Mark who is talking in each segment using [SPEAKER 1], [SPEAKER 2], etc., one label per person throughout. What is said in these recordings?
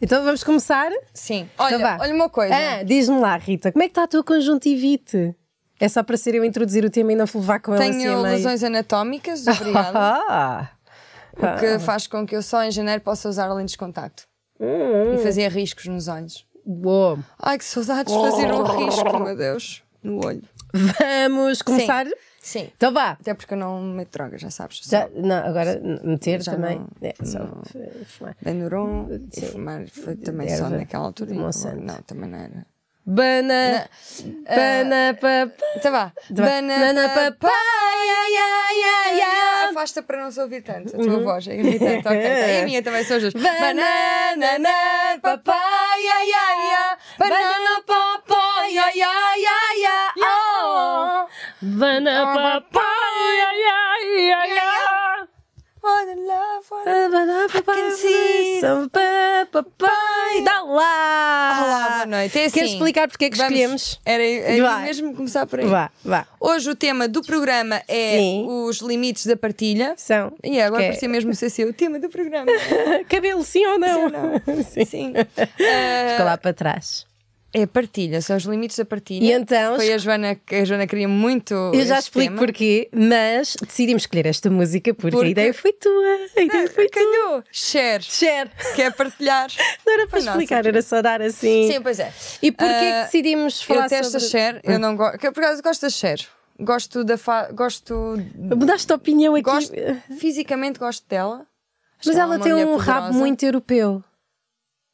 [SPEAKER 1] Então vamos começar?
[SPEAKER 2] Sim.
[SPEAKER 1] Então
[SPEAKER 2] Olha,
[SPEAKER 1] vá.
[SPEAKER 2] olha uma coisa.
[SPEAKER 1] Ah, diz-me lá, Rita, como é que está a tua conjuntivite? É só para ser eu a introduzir o tema e não levar com ele assim a
[SPEAKER 2] Tenho
[SPEAKER 1] meio.
[SPEAKER 2] lesões anatómicas, obrigada.
[SPEAKER 1] Ah,
[SPEAKER 2] o que faz com que eu só em janeiro possa usar lentes de contacto. E fazia riscos nos olhos.
[SPEAKER 1] boa.
[SPEAKER 2] Ai, que saudades de fazer um risco, meu Deus. No olho.
[SPEAKER 1] Vamos começar?
[SPEAKER 2] Sim.
[SPEAKER 1] Então vá.
[SPEAKER 2] Até porque eu não meto droga, já sabes.
[SPEAKER 1] Já, não, agora n- meter
[SPEAKER 2] Já
[SPEAKER 1] também.
[SPEAKER 2] não-
[SPEAKER 1] é, só f- fumar.
[SPEAKER 2] Benuron e fumar foi também só
[SPEAKER 1] Erva
[SPEAKER 2] naquela altura.
[SPEAKER 1] de Monsanto.
[SPEAKER 2] Não, também não era.
[SPEAKER 1] Bana,
[SPEAKER 2] Ah,
[SPEAKER 1] bana, papá.
[SPEAKER 2] Então vá.
[SPEAKER 1] Bana, papá.
[SPEAKER 2] Afasta para não se ouvir tanto. A tua voz é irritante. ok. E a minha também são justas. Banana, na, papaya, ya, ya. Banana, papaya, ya, ya, ya. Oh,
[SPEAKER 1] Bana, papá. ai, ai, ai, ai.
[SPEAKER 2] what a love, what a...
[SPEAKER 1] Bana, papá.
[SPEAKER 2] can see.
[SPEAKER 1] são pa- Papai. Dá lá.
[SPEAKER 2] Olá, boa noite. É assim.
[SPEAKER 1] Queres explicar porque é que
[SPEAKER 2] Vamos.
[SPEAKER 1] escolhemos?
[SPEAKER 2] Era, era
[SPEAKER 1] Vai.
[SPEAKER 2] mesmo começar por aí.
[SPEAKER 1] Vá, vá.
[SPEAKER 2] Hoje o tema do programa é
[SPEAKER 1] Sim.
[SPEAKER 2] os limites da partilha.
[SPEAKER 1] São.
[SPEAKER 2] E agora
[SPEAKER 1] Que é-
[SPEAKER 2] parecia mesmo ser assim o tema do programa. é?
[SPEAKER 1] Cabelo, sim ou não?
[SPEAKER 2] Não.
[SPEAKER 1] Sim.
[SPEAKER 2] Sim. Ah,
[SPEAKER 1] Fica lá para trás.
[SPEAKER 2] é partilha, são os limites da partilha.
[SPEAKER 1] E então,
[SPEAKER 2] Foi a Joana que a Joana queria muito.
[SPEAKER 1] Eu já
[SPEAKER 2] este
[SPEAKER 1] explico
[SPEAKER 2] tema.
[SPEAKER 1] porquê, mas decidimos escolher esta música porque,
[SPEAKER 2] Porque-
[SPEAKER 1] a ideia foi tua. A ideia foi tua.
[SPEAKER 2] Calhou! Share,
[SPEAKER 1] Share.
[SPEAKER 2] que é partilhar.
[SPEAKER 1] Não era para
[SPEAKER 2] Foi nossa,
[SPEAKER 1] explicar, era só dar assim.
[SPEAKER 2] Sim, pois é.
[SPEAKER 1] E porquê
[SPEAKER 2] Ah,
[SPEAKER 1] que decidimos
[SPEAKER 2] Eu
[SPEAKER 1] falar
[SPEAKER 2] detesto a
[SPEAKER 1] sobre...
[SPEAKER 2] share, eu não gosto. Por acaso gosto da share. Gosto da. Fa... Gosto.
[SPEAKER 1] Mudaste de opinião aqui.
[SPEAKER 2] gosto... Fisicamente gosto dela. Acho
[SPEAKER 1] Tipo, Mas
[SPEAKER 2] que
[SPEAKER 1] ela
[SPEAKER 2] é uma
[SPEAKER 1] tem
[SPEAKER 2] mulher
[SPEAKER 1] um rabo
[SPEAKER 2] poderosa.
[SPEAKER 1] muito europeu.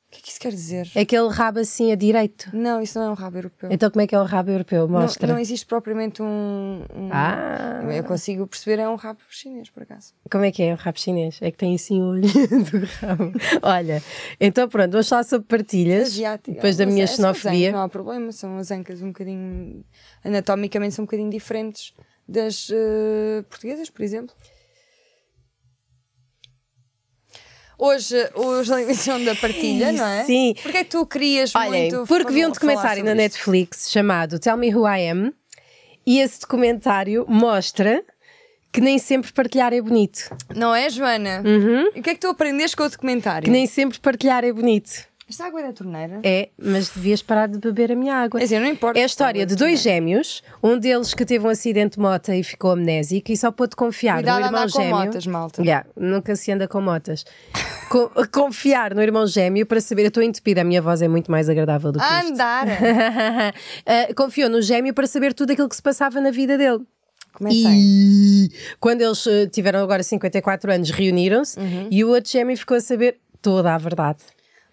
[SPEAKER 2] O que é que isso quer dizer?
[SPEAKER 1] É Aquele rabo assim a direito.
[SPEAKER 2] Não, isso não é um rabo europeu.
[SPEAKER 1] Então como é que é um rabo europeu?
[SPEAKER 2] Não-
[SPEAKER 1] Mostra.
[SPEAKER 2] Não, é. existe propriamente um. um-
[SPEAKER 1] Ah,
[SPEAKER 2] Eu consigo perceber, é um rabo chinês, por acaso.
[SPEAKER 1] como é que é um rabo chinês? É que tem assim o olho do rabo. Olha, então pronto, vamos falar sobre partilhas.
[SPEAKER 2] Asiática.
[SPEAKER 1] Depois da
[SPEAKER 2] Mas
[SPEAKER 1] minha
[SPEAKER 2] é- são as ancas,
[SPEAKER 1] xenofobia.
[SPEAKER 2] Não há problema, são as ancas um bocadinho. anatomicamente são um bocadinho diferentes das eh, portuguesas, por exemplo. Hoje, hoje a limitação da partilha, não é?
[SPEAKER 1] Sim.
[SPEAKER 2] Porque é que tu querias
[SPEAKER 1] Olhem,
[SPEAKER 2] muito.
[SPEAKER 1] porque vi um
[SPEAKER 2] falar
[SPEAKER 1] documentário
[SPEAKER 2] sobre
[SPEAKER 1] na
[SPEAKER 2] isto?
[SPEAKER 1] Netflix chamado Tell Me Who I Am e esse documentário mostra que nem sempre partilhar é bonito.
[SPEAKER 2] Não é, Joana? E o que é que tu aprendeste com o documentário?
[SPEAKER 1] Uhum. Que nem sempre partilhar é bonito.
[SPEAKER 2] Esta água é da torneira.
[SPEAKER 1] É, mas devias parar de beber a minha água.
[SPEAKER 2] É assim, não importa.
[SPEAKER 1] É a história de dois gêmeos, um deles que teve um acidente de moto e ficou amnésico e só pôde confiar
[SPEAKER 2] Cuidado
[SPEAKER 1] no
[SPEAKER 2] a
[SPEAKER 1] irmão
[SPEAKER 2] andar com
[SPEAKER 1] gêmeo.
[SPEAKER 2] motas, malta.
[SPEAKER 1] Yeah, nunca se anda com motas. Co- confiar no irmão gêmeo para saber. Eu estou entupida, a minha voz é muito mais agradável do que isto.
[SPEAKER 2] Andar!
[SPEAKER 1] Uhum. Ah, confiou no gêmeo para saber tudo aquilo que se passava na vida dele.
[SPEAKER 2] Comecei.
[SPEAKER 1] E quando eles eh, tiveram agora 54 anos, reuniram-se
[SPEAKER 2] Uhum.
[SPEAKER 1] e o outro gêmeo ficou a saber toda a verdade.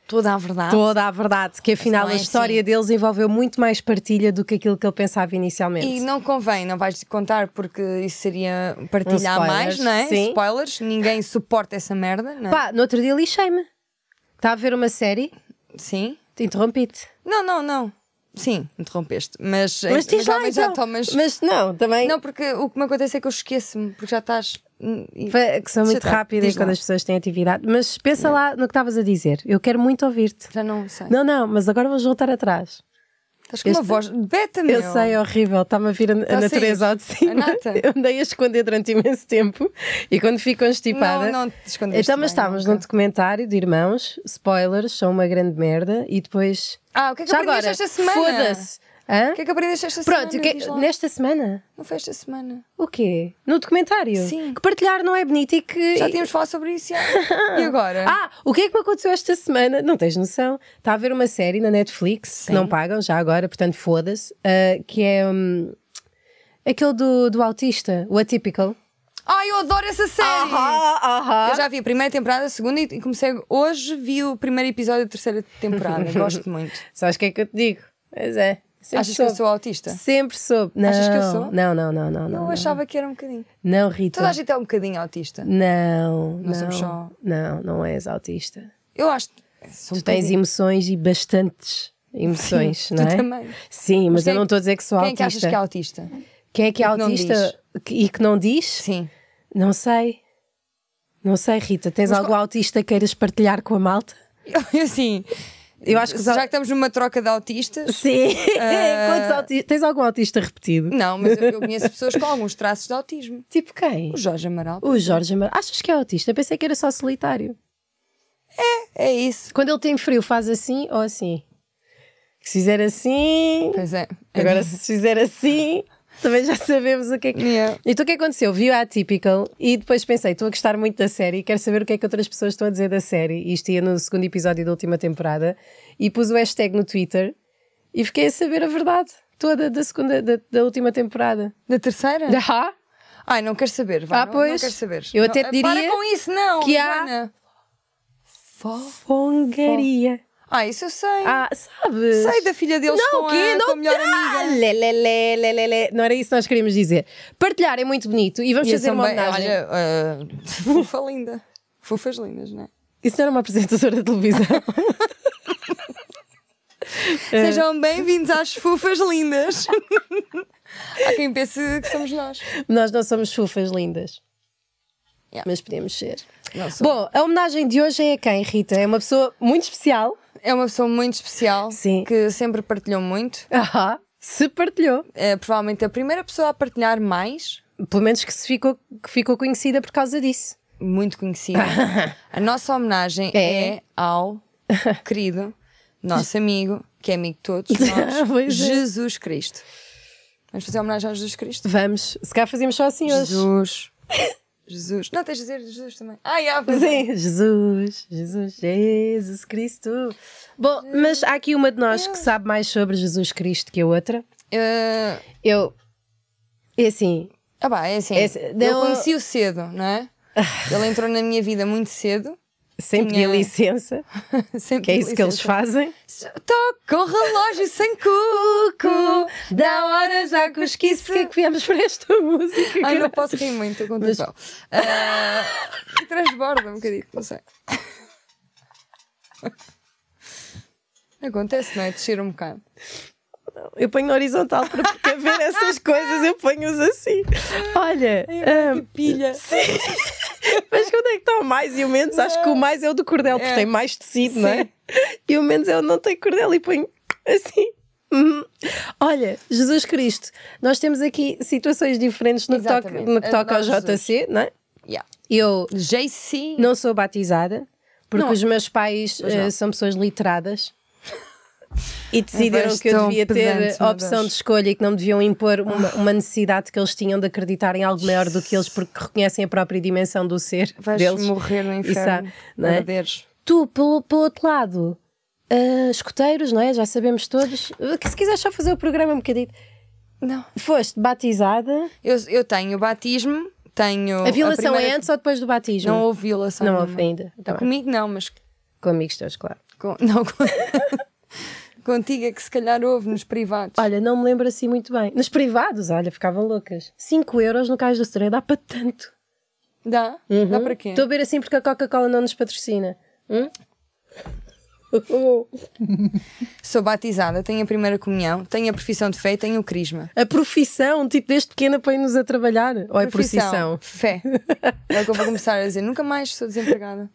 [SPEAKER 2] Toda a verdade.
[SPEAKER 1] Toda a verdade, que afinal
[SPEAKER 2] não Ah, é
[SPEAKER 1] a história deles envolveu muito mais partilha do que aquilo que ele pensava inicialmente.
[SPEAKER 2] E não convém, não vais contar porque isso seria partilhar
[SPEAKER 1] Um spoiler,
[SPEAKER 2] mais, não é?
[SPEAKER 1] sim.
[SPEAKER 2] Spoilers, ninguém suporta essa merda, não é?
[SPEAKER 1] Pá, no outro dia lixei-me. Está a ver uma série?
[SPEAKER 2] Sim.
[SPEAKER 1] Interrompi-te.
[SPEAKER 2] Não, não, não. Sim, interrompeste. Mas,
[SPEAKER 1] Mas diz lá
[SPEAKER 2] talvez
[SPEAKER 1] então.
[SPEAKER 2] já tomas.
[SPEAKER 1] Mas não, também.
[SPEAKER 2] Não, porque o que me acontece é que eu esqueço-me, porque já estás. e-
[SPEAKER 1] Fa- Que são
[SPEAKER 2] Deixa
[SPEAKER 1] muito
[SPEAKER 2] estar,
[SPEAKER 1] rápidas
[SPEAKER 2] diz lá.
[SPEAKER 1] quando as pessoas têm atividade. Mas pensa lá no que estavas a dizer. Eu quero muito ouvir-te.
[SPEAKER 2] Já não sei.
[SPEAKER 1] Não, não, mas agora vamos voltar atrás.
[SPEAKER 2] Estás com uma
[SPEAKER 1] este-
[SPEAKER 2] voz. Beta, meu.
[SPEAKER 1] Eu sei, é horrível. Está-me a vir a, a
[SPEAKER 2] a
[SPEAKER 1] natureza
[SPEAKER 2] sair.
[SPEAKER 1] ao de cima.
[SPEAKER 2] A nata.
[SPEAKER 1] Eu andei a esconder durante imenso tempo e quando fico constipada.
[SPEAKER 2] Não, não te escondeste
[SPEAKER 1] então, mas
[SPEAKER 2] bem,
[SPEAKER 1] estávamos
[SPEAKER 2] nunca.
[SPEAKER 1] num documentário de irmãos, spoilers, são uma grande merda e depois.
[SPEAKER 2] Ah, o que é que
[SPEAKER 1] Já
[SPEAKER 2] aprendeste
[SPEAKER 1] agora,
[SPEAKER 2] esta semana?
[SPEAKER 1] foda-se. Hã?
[SPEAKER 2] O que é que aprendeste esta
[SPEAKER 1] Pronto,
[SPEAKER 2] semana?
[SPEAKER 1] o que é-
[SPEAKER 2] Diz lá.
[SPEAKER 1] nesta semana?
[SPEAKER 2] Não foi esta semana.
[SPEAKER 1] O quê? No documentário?
[SPEAKER 2] Sim.
[SPEAKER 1] Que partilhar não é bonito e que.
[SPEAKER 2] Já né? tínhamos falado sobre isso. já. E agora?
[SPEAKER 1] Ah, o que é que me aconteceu esta semana? Não tens noção. Está a ver uma série na Netflix, que não pagam já agora, portanto foda-se, ah, que é hum, aquele do, do autista, o Atypical.
[SPEAKER 2] Ai, eu adoro essa série!
[SPEAKER 1] ahá.
[SPEAKER 2] Eu já vi a primeira temporada, a segunda e e comecei hoje vi o primeiro episódio da terceira temporada. Gosto muito.
[SPEAKER 1] Sabes o que é que eu te digo? Pois é. Sempre
[SPEAKER 2] Achas que eu
[SPEAKER 1] soube.
[SPEAKER 2] sou autista?
[SPEAKER 1] Sempre soube. Não,
[SPEAKER 2] Achas que eu sou?
[SPEAKER 1] Não, não, não, não. Não,
[SPEAKER 2] Eu achava que era um bocadinho.
[SPEAKER 1] não Rita.
[SPEAKER 2] Toda a gente é um bocadinho autista.
[SPEAKER 1] Não, não.
[SPEAKER 2] somos só-
[SPEAKER 1] Não, não és autista.
[SPEAKER 2] Eu acho. Sou um
[SPEAKER 1] Tu tens
[SPEAKER 2] bocadinho.
[SPEAKER 1] emoções e bastantes emoções,
[SPEAKER 2] Sim,
[SPEAKER 1] não
[SPEAKER 2] tu
[SPEAKER 1] é?
[SPEAKER 2] também.
[SPEAKER 1] Sim, mas,
[SPEAKER 2] Mas
[SPEAKER 1] eu
[SPEAKER 2] quem-
[SPEAKER 1] não estou a dizer que sou
[SPEAKER 2] Quem é que
[SPEAKER 1] autista.
[SPEAKER 2] achas que é autista?
[SPEAKER 1] Quem é que é
[SPEAKER 2] que não
[SPEAKER 1] autista que- e que não diz?
[SPEAKER 2] Sim.
[SPEAKER 1] Não sei. Não sei, Rita. Tens
[SPEAKER 2] Mas
[SPEAKER 1] algum autista que queiras partilhar com a malta?
[SPEAKER 2] Eu, assim.
[SPEAKER 1] Eu acho que os
[SPEAKER 2] já
[SPEAKER 1] au-
[SPEAKER 2] que estamos numa troca de autistas.
[SPEAKER 1] Sim.
[SPEAKER 2] Eh,
[SPEAKER 1] Quantos auti- Tens algum autista repetido?
[SPEAKER 2] Não, mas eu, eu conheço pessoas com alguns traços de autismo.
[SPEAKER 1] Tipo quem?
[SPEAKER 2] O Jorge Amaral.
[SPEAKER 1] O Jorge Amaral. Achas que é autista? Pensei que era só solitário.
[SPEAKER 2] É, é isso.
[SPEAKER 1] Quando ele tem frio, faz assim ou assim? Se fizer assim.
[SPEAKER 2] Pois é.
[SPEAKER 1] Agora, se fizer assim. Também já sabemos o que é que.
[SPEAKER 2] Yeah.
[SPEAKER 1] Então o que aconteceu? Vi a Atypical e depois pensei, estou a gostar muito da série e quero saber o que é que outras pessoas estão a dizer da série. Isto ia no segundo episódio da última temporada e pus o hashtag no Twitter e fiquei a saber a verdade toda da segunda, da, da última temporada.
[SPEAKER 2] Da terceira?
[SPEAKER 1] Ahá.
[SPEAKER 2] Ai, não quero saber. Vá,
[SPEAKER 1] Ah,
[SPEAKER 2] não, Não
[SPEAKER 1] pois.
[SPEAKER 2] quero saber.
[SPEAKER 1] Eu
[SPEAKER 2] Não,
[SPEAKER 1] até te
[SPEAKER 2] eh, Para
[SPEAKER 1] diria
[SPEAKER 2] com isso, não.
[SPEAKER 1] que há-
[SPEAKER 2] Joana. Fó?
[SPEAKER 1] Fongaria.
[SPEAKER 2] Ah, isso eu sei.
[SPEAKER 1] Ah, sabes?
[SPEAKER 2] Sei da filha deles
[SPEAKER 1] Não,
[SPEAKER 2] com,
[SPEAKER 1] o quê?
[SPEAKER 2] a,
[SPEAKER 1] Não
[SPEAKER 2] com a melhor
[SPEAKER 1] tá.
[SPEAKER 2] amiga.
[SPEAKER 1] Lé, lé, lé, lé, lé, lé. Não era isso que nós queríamos dizer. Partilhar é muito bonito e vamos
[SPEAKER 2] E
[SPEAKER 1] fazer
[SPEAKER 2] são
[SPEAKER 1] uma
[SPEAKER 2] bem-
[SPEAKER 1] homenagem.
[SPEAKER 2] Olha, eh, fofa linda. Fofas lindas, não é?
[SPEAKER 1] Isso não era uma apresentadora de televisão. É.
[SPEAKER 2] Sejam bem-vindos às fofas lindas. Há quem pense que somos nós.
[SPEAKER 1] nós não somos fofas lindas.
[SPEAKER 2] Yeah.
[SPEAKER 1] Mas podemos ser.
[SPEAKER 2] Não somos.
[SPEAKER 1] Bom, a homenagem de hoje é a quem, Rita? É uma pessoa muito especial.
[SPEAKER 2] É uma pessoa muito especial
[SPEAKER 1] Sim.
[SPEAKER 2] que sempre partilhou muito.
[SPEAKER 1] Ahá. Se partilhou.
[SPEAKER 2] É provavelmente a primeira pessoa a partilhar mais,
[SPEAKER 1] Pelo menos que se ficou, que ficou conhecida por causa disso.
[SPEAKER 2] muito conhecida. A nossa homenagem é,
[SPEAKER 1] É.
[SPEAKER 2] ao querido, nosso amigo, que é amigo de todos nós,
[SPEAKER 1] Pois é.
[SPEAKER 2] Jesus Cristo. Vamos fazer homenagem a Jesus Cristo?
[SPEAKER 1] Vamos. Se calhar fazíamos só assim hoje.
[SPEAKER 2] Jesus. Jesus. Não, tens de dizer Jesus também. Ah, yeah, pois é.
[SPEAKER 1] Sim, Jesus, Jesus, Jesus Cristo. Bom, mas há aqui uma de nós que sabe mais sobre Jesus Cristo que a outra.
[SPEAKER 2] Eh,
[SPEAKER 1] Eu. É assim.
[SPEAKER 2] Ah, pá, é assim.
[SPEAKER 1] Esse-
[SPEAKER 2] eu
[SPEAKER 1] não-
[SPEAKER 2] conheci-o cedo, não é? Ele entrou na minha vida muito cedo.
[SPEAKER 1] Sem pedir
[SPEAKER 2] Tinha-
[SPEAKER 1] licença,
[SPEAKER 2] Sempre
[SPEAKER 1] que é isso que eles
[SPEAKER 2] é. licença.
[SPEAKER 1] fazem.
[SPEAKER 2] Toca o relógio sem cuco.
[SPEAKER 1] Dá horas à cosquice, porque é que viemos para esta música?
[SPEAKER 2] Ai, não posso rir muito, estou com Mas... E transborda um bocadinho, não sei. Acontece, não é? Descer um bocado.
[SPEAKER 1] Eu ponho na horizontal para porque ver essas coisas, eu ponho-os assim. Olha, hum, ahm,
[SPEAKER 2] Pilha.
[SPEAKER 1] mas quando é que está o mais e o menos? Acho que o mais é o do cordel, porque
[SPEAKER 2] É.
[SPEAKER 1] tem mais tecido, não é? E o menos é o não tem cordel e ponho assim. Hum. Olha, Jesus Cristo, nós temos aqui situações diferentes no que toca,
[SPEAKER 2] Exatamente.
[SPEAKER 1] no que toca ao
[SPEAKER 2] Adoro Jesus.
[SPEAKER 1] JC, não é?
[SPEAKER 2] Yeah.
[SPEAKER 1] Eu
[SPEAKER 2] JC.
[SPEAKER 1] não sou batizada, porque
[SPEAKER 2] Não.
[SPEAKER 1] os meus pais
[SPEAKER 2] Pois não.
[SPEAKER 1] eh, são pessoas literadas. E decidiram
[SPEAKER 2] Mas
[SPEAKER 1] que eu
[SPEAKER 2] tão
[SPEAKER 1] devia ter
[SPEAKER 2] pedantes, meu
[SPEAKER 1] a opção
[SPEAKER 2] Deus. Ah.
[SPEAKER 1] de escolha e que não me deviam impor uma, uma necessidade que eles tinham de acreditar em algo maior do que eles, porque reconhecem a própria dimensão do ser
[SPEAKER 2] Vais
[SPEAKER 1] deles.
[SPEAKER 2] morrer no
[SPEAKER 1] Isso há,
[SPEAKER 2] inferno.
[SPEAKER 1] não é?
[SPEAKER 2] Arderes.
[SPEAKER 1] Tu, pelo, pelo outro lado, ah, escuteiros, não é? Já sabemos todos. Ah, Que se quiseres só fazer o programa um bocadinho.
[SPEAKER 2] Não.
[SPEAKER 1] Foste batizada.
[SPEAKER 2] Eu, eu tenho o batismo, tenho.
[SPEAKER 1] a violação é
[SPEAKER 2] primeira-
[SPEAKER 1] antes ou depois do batismo?
[SPEAKER 2] Não houve violação.
[SPEAKER 1] Não
[SPEAKER 2] nenhuma. Então,
[SPEAKER 1] houve ainda. Tá bem.
[SPEAKER 2] Comigo não, mas
[SPEAKER 1] Com amigos teus, claro.
[SPEAKER 2] com- não, com- contigo é que se calhar houve nos privados.
[SPEAKER 1] Olha, não me lembro assim muito bem. Nos privados, olha, ficavam loucas. 5 euros no cais do Sereia dá para tanto.
[SPEAKER 2] Dá? Dá para quê?
[SPEAKER 1] Estou a ver assim porque a Coca-Cola não nos patrocina. Hum?
[SPEAKER 2] Sou batizada, tenho a primeira comunhão, tenho a profissão de fé e tenho o crisma.
[SPEAKER 1] A profissão, um tipo deste pequeno, põe-nos a trabalhar. Ou é
[SPEAKER 2] Profissão,
[SPEAKER 1] profissão?
[SPEAKER 2] Fé. É o que eu vou começar a dizer. Nunca mais sou desempregada.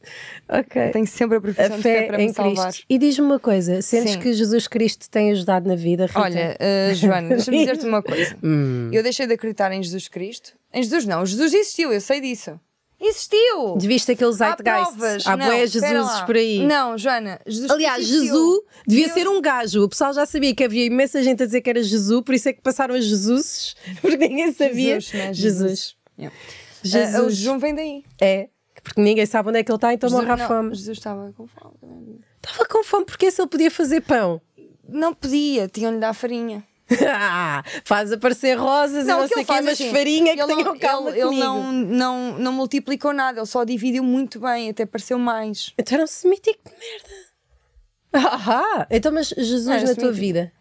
[SPEAKER 1] Ok.
[SPEAKER 2] Tenho sempre a
[SPEAKER 1] a
[SPEAKER 2] profissão de fé
[SPEAKER 1] fé
[SPEAKER 2] é para
[SPEAKER 1] em
[SPEAKER 2] me salvar.
[SPEAKER 1] Cristo. E diz-me uma coisa: sentes
[SPEAKER 2] Sim.
[SPEAKER 1] que Jesus Cristo te tem ajudado na vida, Rita?
[SPEAKER 2] Olha, eh, Joana, deixa-me dizer-te uma coisa.
[SPEAKER 1] Hum.
[SPEAKER 2] Eu deixei de acreditar em Jesus Cristo. Em Jesus não, Jesus existiu, eu sei disso. Existiu!
[SPEAKER 1] devias ter aqueles
[SPEAKER 2] Há
[SPEAKER 1] zeitgeists.
[SPEAKER 2] provas.
[SPEAKER 1] Há
[SPEAKER 2] Não,
[SPEAKER 1] boé
[SPEAKER 2] espera
[SPEAKER 1] Jesuses
[SPEAKER 2] lá.
[SPEAKER 1] Ah, por aí.
[SPEAKER 2] Não, Joana, Jesus
[SPEAKER 1] Aliás,
[SPEAKER 2] existiu.
[SPEAKER 1] Jesus devia
[SPEAKER 2] Deus-
[SPEAKER 1] ser um gajo. O pessoal já sabia que havia imensa gente a dizer que era Jesus, por isso é que passaram a Jesuses, porque ninguém sabia.
[SPEAKER 2] Jesus, né?
[SPEAKER 1] Jesus.
[SPEAKER 2] Yeah.
[SPEAKER 1] Jesus.
[SPEAKER 2] Ah, o jejum vem daí.
[SPEAKER 1] É. Porque ninguém sabe onde é que ele está, então
[SPEAKER 2] Jesus-
[SPEAKER 1] morre à
[SPEAKER 2] não,
[SPEAKER 1] fome.
[SPEAKER 2] Jesus estava com fome.
[SPEAKER 1] Estava com fome, porque é se ele podia fazer pão?
[SPEAKER 2] Não podia, tinham-lhe dar farinha.
[SPEAKER 1] Ah, faz aparecer rosas e
[SPEAKER 2] o
[SPEAKER 1] não sei
[SPEAKER 2] que ele
[SPEAKER 1] o quê,
[SPEAKER 2] faz,
[SPEAKER 1] mas
[SPEAKER 2] assim,
[SPEAKER 1] farinha que
[SPEAKER 2] ele
[SPEAKER 1] tenham
[SPEAKER 2] não-
[SPEAKER 1] calma
[SPEAKER 2] Ele, ele
[SPEAKER 1] comigo.
[SPEAKER 2] não, não, não multiplicou nada, ele só dividiu muito bem, até pareceu mais.
[SPEAKER 1] Então era um semítico de merda. Ah, então, mas Jesus
[SPEAKER 2] Era
[SPEAKER 1] na tua
[SPEAKER 2] semítico.
[SPEAKER 1] vida?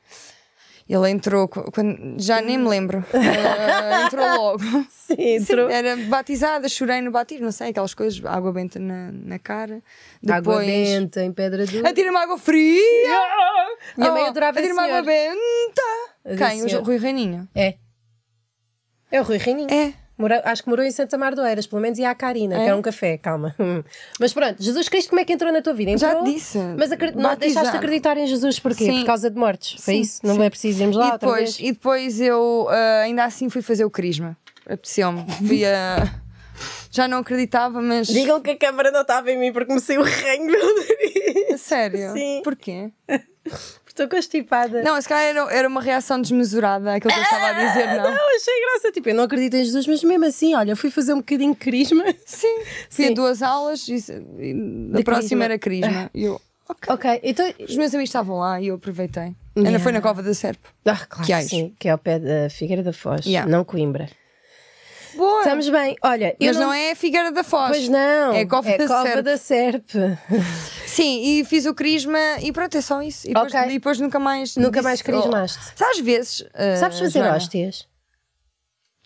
[SPEAKER 2] Ele entrou, co- quando, já nem me lembro, Eh, entrou logo.
[SPEAKER 1] Sim, entrou.
[SPEAKER 2] Era batizada, chorei no batismo, não sei, aquelas coisas, água benta na, na cara.
[SPEAKER 1] Água
[SPEAKER 2] Depois,
[SPEAKER 1] benta em pedra dura.
[SPEAKER 2] atira-me água fria! Oh,
[SPEAKER 1] Minha mãe adorava esse
[SPEAKER 2] Atira-me água
[SPEAKER 1] senhor.
[SPEAKER 2] benta!
[SPEAKER 1] Esse
[SPEAKER 2] Quem? O Jo-
[SPEAKER 1] senhor.
[SPEAKER 2] Rui Reininho?
[SPEAKER 1] É. É o Rui Reininho.
[SPEAKER 2] É.
[SPEAKER 1] Mora- acho que morou em Santa Mar do Eiras, pelo menos ia à Carina, que era um café, calma. Mas pronto, Jesus Cristo, como é que entrou na tua vida? Entrou,
[SPEAKER 2] Já te disse,
[SPEAKER 1] Mas acre- não
[SPEAKER 2] batizado.
[SPEAKER 1] deixaste de acreditar em Jesus porquê?
[SPEAKER 2] Sim.
[SPEAKER 1] Por causa de mortes. Foi
[SPEAKER 2] Sim,
[SPEAKER 1] isso? Não é preciso irmos lá
[SPEAKER 2] E
[SPEAKER 1] outra
[SPEAKER 2] depois,
[SPEAKER 1] vez?
[SPEAKER 2] e depois eu ah, ainda assim fui fazer o crisma. Apeteceu-me. Fui a. já não acreditava, mas.
[SPEAKER 1] Digam que a câmara não estava em mim porque comecei o ranho meu nariz.
[SPEAKER 2] A Sério?
[SPEAKER 1] Sim.
[SPEAKER 2] Porquê?
[SPEAKER 1] Estou constipada.
[SPEAKER 2] Não, se calhar era, era uma reação desmesurada, aquilo que eu estava a dizer, não.
[SPEAKER 1] Não, achei graça. Tipo, eu não acredito em Jesus, mas mesmo assim, olha, fui fazer um bocadinho de crisma.
[SPEAKER 2] Sim. Sim. duas aulas e, e a
[SPEAKER 1] De carisma.
[SPEAKER 2] próxima era carisma. E eu, ok.
[SPEAKER 1] Ok, então.
[SPEAKER 2] Os meus amigos estavam lá e eu aproveitei. Ainda
[SPEAKER 1] Yeah.
[SPEAKER 2] foi na Cova da Serpe.
[SPEAKER 1] Ah, claro
[SPEAKER 2] Que
[SPEAKER 1] que,
[SPEAKER 2] és?
[SPEAKER 1] sim, que é ao pé da Figueira da Foz,
[SPEAKER 2] Yeah.
[SPEAKER 1] não Coimbra.
[SPEAKER 2] Boa!
[SPEAKER 1] Estamos bem, olha, eu
[SPEAKER 2] Mas não... é a Figueira da Foz.
[SPEAKER 1] Pois não,
[SPEAKER 2] É a Cova da Serpe.
[SPEAKER 1] da Serpe.
[SPEAKER 2] Sim, e fiz o crisma e pronto, é só isso. E depois,
[SPEAKER 1] Ok.
[SPEAKER 2] e depois nunca mais.
[SPEAKER 1] Nunca mais crismaste.
[SPEAKER 2] Oh. Sabes, às vezes. ah,
[SPEAKER 1] Sabes fazer
[SPEAKER 2] Joana,
[SPEAKER 1] hóstias?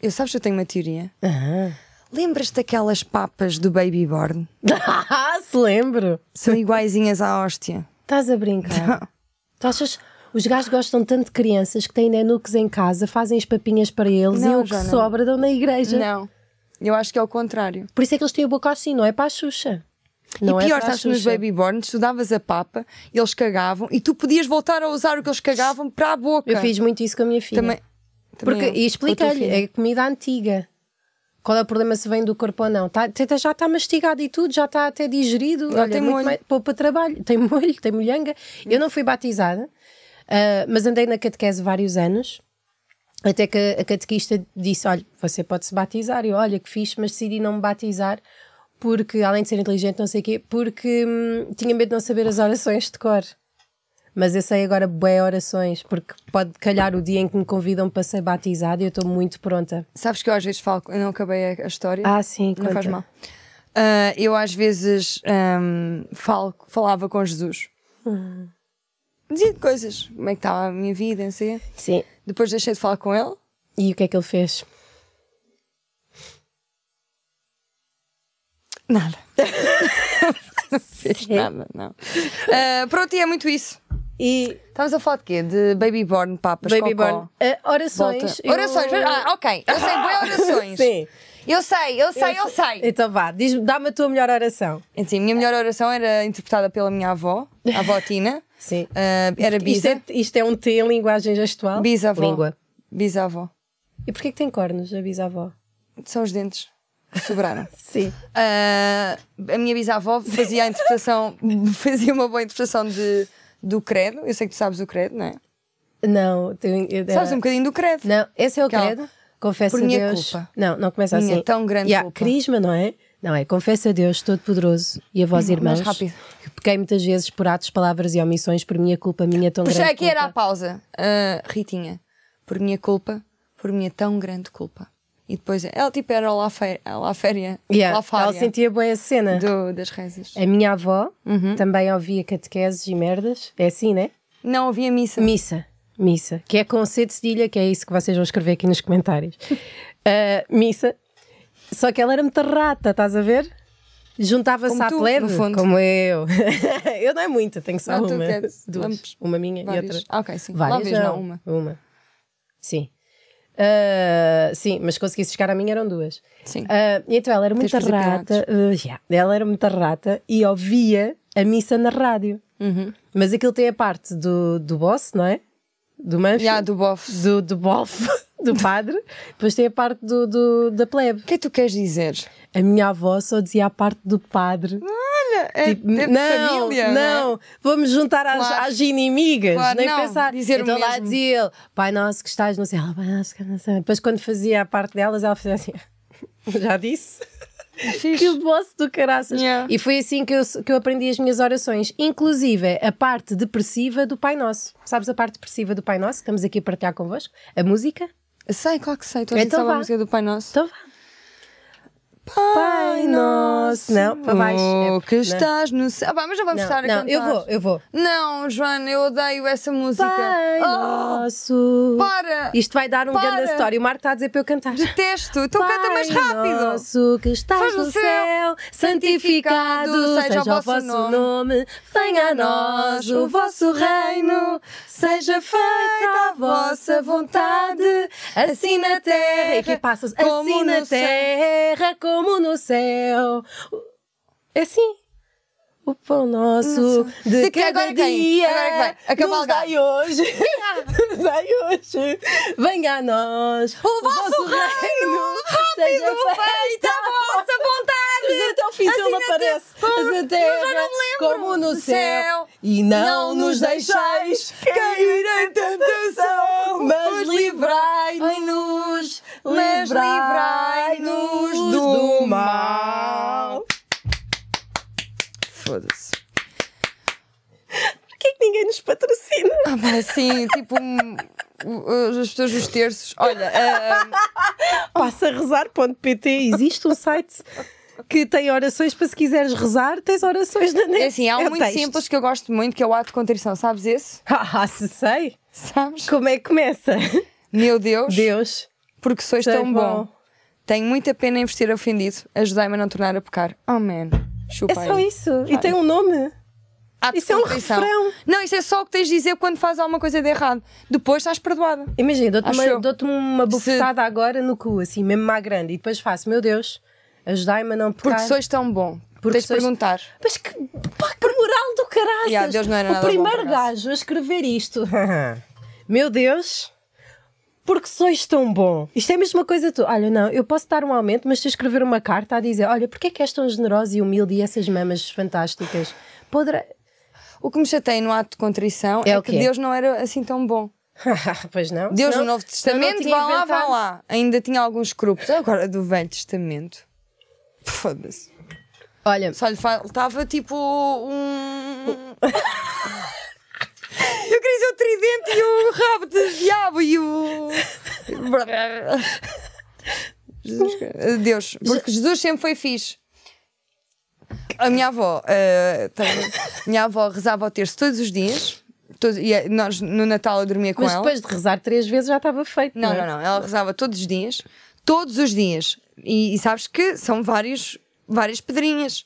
[SPEAKER 2] Eu sabes que eu tenho uma teoria.
[SPEAKER 1] Ah.
[SPEAKER 2] Lembras-te daquelas papas do Baby Born?
[SPEAKER 1] ah, se lembro.
[SPEAKER 2] São iguaizinhas à hóstia.
[SPEAKER 1] Estás a brincar. tu achas. Os gajos gostam tanto de crianças que têm nanuques em casa, fazem as papinhas para eles
[SPEAKER 2] Não,
[SPEAKER 1] e o que
[SPEAKER 2] Joana.
[SPEAKER 1] sobra dão na igreja.
[SPEAKER 2] Não. Eu acho que é o contrário.
[SPEAKER 1] Por isso é que eles têm a boca assim, não é para a Xuxa. Não
[SPEAKER 2] e
[SPEAKER 1] é
[SPEAKER 2] pior,
[SPEAKER 1] para a
[SPEAKER 2] sabes que nos
[SPEAKER 1] Xuxa.
[SPEAKER 2] Baby Born, tu davas a papa, eles cagavam e tu podias voltar a usar o que eles cagavam para a boca.
[SPEAKER 1] Eu fiz muito isso com a minha filha.
[SPEAKER 2] Também.
[SPEAKER 1] Porque, e
[SPEAKER 2] também eu, com a tua
[SPEAKER 1] explica-lhe,
[SPEAKER 2] filha.
[SPEAKER 1] é comida antiga. Qual é o problema se vem do corpo ou não? Tá, até já está mastigado e tudo, já está até digerido.
[SPEAKER 2] Não,
[SPEAKER 1] Olha,
[SPEAKER 2] tem
[SPEAKER 1] muito
[SPEAKER 2] molho.
[SPEAKER 1] mais- poupa trabalho. Tem molho, tem molhanga. Eu não fui batizada, ah, mas andei na catequese vários anos. Até que a catequista disse: Olha, você pode se batizar. Eu, olha, que fixe, mas decidi não me batizar porque, além de ser inteligente, não sei o quê, porque hum, tinha medo de não saber as orações de cor. Mas eu sei agora bué orações, porque pode calhar o dia em que me convidam para ser batizada e eu estou muito pronta.
[SPEAKER 2] Sabes que eu às vezes falo, eu não acabei a, a história.
[SPEAKER 1] Ah, sim,
[SPEAKER 2] Não
[SPEAKER 1] conta.
[SPEAKER 2] faz mal. Ah, eu às vezes ahm, falo, falava com Jesus.
[SPEAKER 1] Hum.
[SPEAKER 2] Dizia coisas, como é que estava a minha vida, não sei.
[SPEAKER 1] Sim.
[SPEAKER 2] Depois deixei de falar com ele.
[SPEAKER 1] E o que é que ele fez?
[SPEAKER 2] Nada. não fez nada, não. Ah, pronto, e é muito isso.
[SPEAKER 1] E
[SPEAKER 2] Estávamos a falar de quê? De Baby Born, Papas,
[SPEAKER 1] Baby
[SPEAKER 2] Cocó.
[SPEAKER 1] Born, ah,
[SPEAKER 2] Volta.
[SPEAKER 1] orações. eu-
[SPEAKER 2] Orações, ah, ok. Eu sei, boas orações.
[SPEAKER 1] Sim.
[SPEAKER 2] Eu sei, eu sei, eu, sei.
[SPEAKER 1] Então vá, diz dá-me a tua melhor oração.
[SPEAKER 2] Assim, a minha melhor oração era interpretada pela minha avó, a avó Tina.
[SPEAKER 1] Sim.
[SPEAKER 2] Ah, era
[SPEAKER 1] Isto
[SPEAKER 2] bisa.
[SPEAKER 1] é, isto é um T em linguagem gestual?
[SPEAKER 2] Bisavó.
[SPEAKER 1] Língua.
[SPEAKER 2] Bisavó.
[SPEAKER 1] E porquê que tem cornos a bisavó?
[SPEAKER 2] São os dentes. que Sobraram.
[SPEAKER 1] Sim.
[SPEAKER 2] Ah, a minha bisavó fazia a interpretação, fazia uma boa interpretação de, do credo. Eu sei que tu sabes o credo, não é?
[SPEAKER 1] Não, tem, eu- eh,
[SPEAKER 2] Sabes um bocadinho do credo.
[SPEAKER 1] É. Não, esse é o
[SPEAKER 2] Aquela,
[SPEAKER 1] credo. Confesso
[SPEAKER 2] por
[SPEAKER 1] a
[SPEAKER 2] minha
[SPEAKER 1] Deus.
[SPEAKER 2] culpa.
[SPEAKER 1] Não, não começa
[SPEAKER 2] Minha
[SPEAKER 1] assim.
[SPEAKER 2] tão grande
[SPEAKER 1] Yeah,
[SPEAKER 2] culpa.
[SPEAKER 1] Crisma, não é? Não é? Confesso a Deus, Todo-Poderoso e a vós, irmãos.
[SPEAKER 2] rápido.
[SPEAKER 1] Que pequei muitas vezes por atos, palavras e omissões por minha culpa, minha tão
[SPEAKER 2] Puxa,
[SPEAKER 1] grande
[SPEAKER 2] aqui era a
[SPEAKER 1] culpa.
[SPEAKER 2] pausa. Ah, Ritinha, por minha culpa, por minha tão grande culpa. E depois ela tipo era lá férias, lá férias,
[SPEAKER 1] Yeah,
[SPEAKER 2] lá
[SPEAKER 1] Ela
[SPEAKER 2] fária
[SPEAKER 1] sentia É. boa a cena.
[SPEAKER 2] do, das rezas.
[SPEAKER 1] A minha avó
[SPEAKER 2] Uhum.
[SPEAKER 1] também ouvia catequeses e merdas. É assim, né?
[SPEAKER 2] Não havia missa.
[SPEAKER 1] Missa. Missa. Que é com C de cedilha, que é isso que vocês vão escrever aqui nos comentários. Ah, missa. Só que ela era muita rata, estás a ver? Juntava-se
[SPEAKER 2] Como
[SPEAKER 1] à
[SPEAKER 2] tu,
[SPEAKER 1] plebe,
[SPEAKER 2] no fundo.
[SPEAKER 1] como eu. eu não é muita, tenho só
[SPEAKER 2] Não, tu
[SPEAKER 1] uma.
[SPEAKER 2] queres
[SPEAKER 1] Duas.
[SPEAKER 2] lampes?
[SPEAKER 1] Uma minha
[SPEAKER 2] Várias.
[SPEAKER 1] e outra.
[SPEAKER 2] Ah, ok, sim.
[SPEAKER 1] Várias,
[SPEAKER 2] Lábias,
[SPEAKER 1] não.
[SPEAKER 2] não, uma.
[SPEAKER 1] Sim. Ah, sim, mas consegui chegar à minha, eram duas.
[SPEAKER 2] Sim.
[SPEAKER 1] Ah, e então ela era muito
[SPEAKER 2] de fazer
[SPEAKER 1] rata. ah, yeah. Ela era muito rata e ouvia a missa na rádio.
[SPEAKER 2] Uhum.
[SPEAKER 1] Mas aquilo tem a parte do, do boss, não é? Do Manfio.
[SPEAKER 2] Já, do bofe.
[SPEAKER 1] Do, do bofe, do padre. Depois tem a parte do, do- da plebe.
[SPEAKER 2] O que é que tu queres dizer?
[SPEAKER 1] A minha avó só dizia a parte do padre.
[SPEAKER 2] Olha, é,
[SPEAKER 1] Tipo, não, não, vamos juntar às,
[SPEAKER 2] Claro.
[SPEAKER 1] às inimigas,
[SPEAKER 2] Claro,
[SPEAKER 1] nem
[SPEAKER 2] não,
[SPEAKER 1] pensar.
[SPEAKER 2] dizer o
[SPEAKER 1] então lá
[SPEAKER 2] mesmo.
[SPEAKER 1] dizia ele, pai nosso que estás, não sei, ah, pai nosso que não sei. Depois quando fazia a parte delas, ela fazia assim, já disse. Que boss do caraças.
[SPEAKER 2] Yeah.
[SPEAKER 1] E foi assim que eu, que eu aprendi as minhas orações, inclusive a parte depressiva do Pai Nosso. Sabes a parte depressiva do Pai Nosso? Estamos aqui a partilhar convosco. A música?
[SPEAKER 2] Sei, claro que sei. Estou a
[SPEAKER 1] Então
[SPEAKER 2] então
[SPEAKER 1] vá.
[SPEAKER 2] a música do Pai Nosso.
[SPEAKER 1] Então vá. Pai Nosso. Não, para baixo. É
[SPEAKER 2] Oh,
[SPEAKER 1] porque-
[SPEAKER 2] que
[SPEAKER 1] não.
[SPEAKER 2] estás no céu. Ah, pá, mas não vamos
[SPEAKER 1] Não,
[SPEAKER 2] estar a
[SPEAKER 1] não
[SPEAKER 2] cantar.
[SPEAKER 1] eu vou, eu vou.
[SPEAKER 2] Não, Joana, eu odeio essa música.
[SPEAKER 1] Pai
[SPEAKER 2] oh,
[SPEAKER 1] Nosso.
[SPEAKER 2] para!
[SPEAKER 1] Isto vai dar um
[SPEAKER 2] Para.
[SPEAKER 1] grande story. O Marco está a dizer para eu cantar.
[SPEAKER 2] Detesto! Então canta mais
[SPEAKER 1] Pai
[SPEAKER 2] rápido!
[SPEAKER 1] Nosso que estás
[SPEAKER 2] Faz
[SPEAKER 1] no céu, santificado seja o vosso nome. Venha a nós o vosso reino, seja feita a vossa vontade, assim na terra. E que passas
[SPEAKER 2] como
[SPEAKER 1] assim na
[SPEAKER 2] no céu.
[SPEAKER 1] terra como no céu. É Assim. O pão nosso de,
[SPEAKER 2] De que
[SPEAKER 1] cada
[SPEAKER 2] agora quem?
[SPEAKER 1] dia
[SPEAKER 2] Agora que vai. A
[SPEAKER 1] nos
[SPEAKER 2] cavalgar.
[SPEAKER 1] dai hoje, nos dai hoje, venha a nós o,
[SPEAKER 2] vosso reino,
[SPEAKER 1] seja
[SPEAKER 2] Feita a vossa vontade!
[SPEAKER 1] apresenta oficial
[SPEAKER 2] assim na
[SPEAKER 1] aparece.
[SPEAKER 2] terra,
[SPEAKER 1] Na terra, como no céu. E não, nos deixeis cair em tentação, mas livrai-nos,
[SPEAKER 2] mas
[SPEAKER 1] livrai-nos do mal.
[SPEAKER 2] Foda-se.
[SPEAKER 1] Por que ninguém nos patrocina?
[SPEAKER 2] Ah, pá, Assim, tipo, um, uh, as pessoas dos terços. Olha, ah,
[SPEAKER 1] Passa a rezar.pt. Existe um site que tem orações para se quiseres rezar, tens orações na net.
[SPEAKER 2] é assim, há um
[SPEAKER 1] É
[SPEAKER 2] muito
[SPEAKER 1] texto.
[SPEAKER 2] simples que eu gosto muito, que é o ato de contrição. Sabes esse?
[SPEAKER 1] Ah, se sei.
[SPEAKER 2] Sabes?
[SPEAKER 1] Como é que começa?
[SPEAKER 2] Meu Deus,
[SPEAKER 1] Deus,
[SPEAKER 2] porque sois
[SPEAKER 1] tão
[SPEAKER 2] tão bom.
[SPEAKER 1] bom.
[SPEAKER 2] Tenho muita pena em vestir ofendido. Ajudai-me a não tornar a pecar. Oh, man. Chupa
[SPEAKER 1] é só
[SPEAKER 2] aí.
[SPEAKER 1] isso. E tem um nome.
[SPEAKER 2] Ato de
[SPEAKER 1] Isso é um
[SPEAKER 2] contrição.
[SPEAKER 1] refrão.
[SPEAKER 2] Não, isto é só o que tens de dizer quando fazes alguma coisa de errado. Depois estás perdoada.
[SPEAKER 1] Imagina, dou-te
[SPEAKER 2] Acho
[SPEAKER 1] uma,
[SPEAKER 2] eu.
[SPEAKER 1] dou uma bufetada agora no cu, assim, mesmo má grande, e depois faço, meu Deus, ajudai-me a não pecar.
[SPEAKER 2] Porque sois tão bom.
[SPEAKER 1] Porque
[SPEAKER 2] tens de
[SPEAKER 1] sois-
[SPEAKER 2] perguntar.
[SPEAKER 1] Mas que, pá, que moral do caraças!
[SPEAKER 2] Yeah, Deus não era
[SPEAKER 1] o
[SPEAKER 2] nada bom,
[SPEAKER 1] primeiro
[SPEAKER 2] por acaso.
[SPEAKER 1] gajo a escrever isto. Meu Deus, porque sois tão bom. Isto é a mesma coisa tu. Olha, não, eu posso dar um aumento, mas se eu escrever uma carta a dizer, olha, porque é que és tão generosa e humilde e essas mamas fantásticas? Poderá...
[SPEAKER 2] O que me chateia no ato de contrição
[SPEAKER 1] É
[SPEAKER 2] é,
[SPEAKER 1] o
[SPEAKER 2] que
[SPEAKER 1] quê?
[SPEAKER 2] Deus não era assim tão bom.
[SPEAKER 1] pois não.
[SPEAKER 2] Deus
[SPEAKER 1] senão-
[SPEAKER 2] no Novo
[SPEAKER 1] senão não
[SPEAKER 2] Testamento,
[SPEAKER 1] tinha
[SPEAKER 2] vá lá, vá
[SPEAKER 1] inventado.
[SPEAKER 2] lá. Ainda tinha alguns escrúpulos. Agora do Velho Testamento. Foda-se.
[SPEAKER 1] Olha,
[SPEAKER 2] Só lhe faltava tipo um. Eu queria dizer o tridente e o rabo de diabo e o. Jesus Cristo. Deus, porque Jesus sempre foi fixe. A minha avó, eh, tem- minha avó rezava o terço todos os dias. Todos- e eh, nós no Natal eu dormia com
[SPEAKER 1] mas
[SPEAKER 2] ela.
[SPEAKER 1] depois de rezar três vezes já estava feito.
[SPEAKER 2] Não,
[SPEAKER 1] é?
[SPEAKER 2] não, não. Ela rezava todos os dias. Todos os dias. E, e sabes que são vários, várias pedrinhas.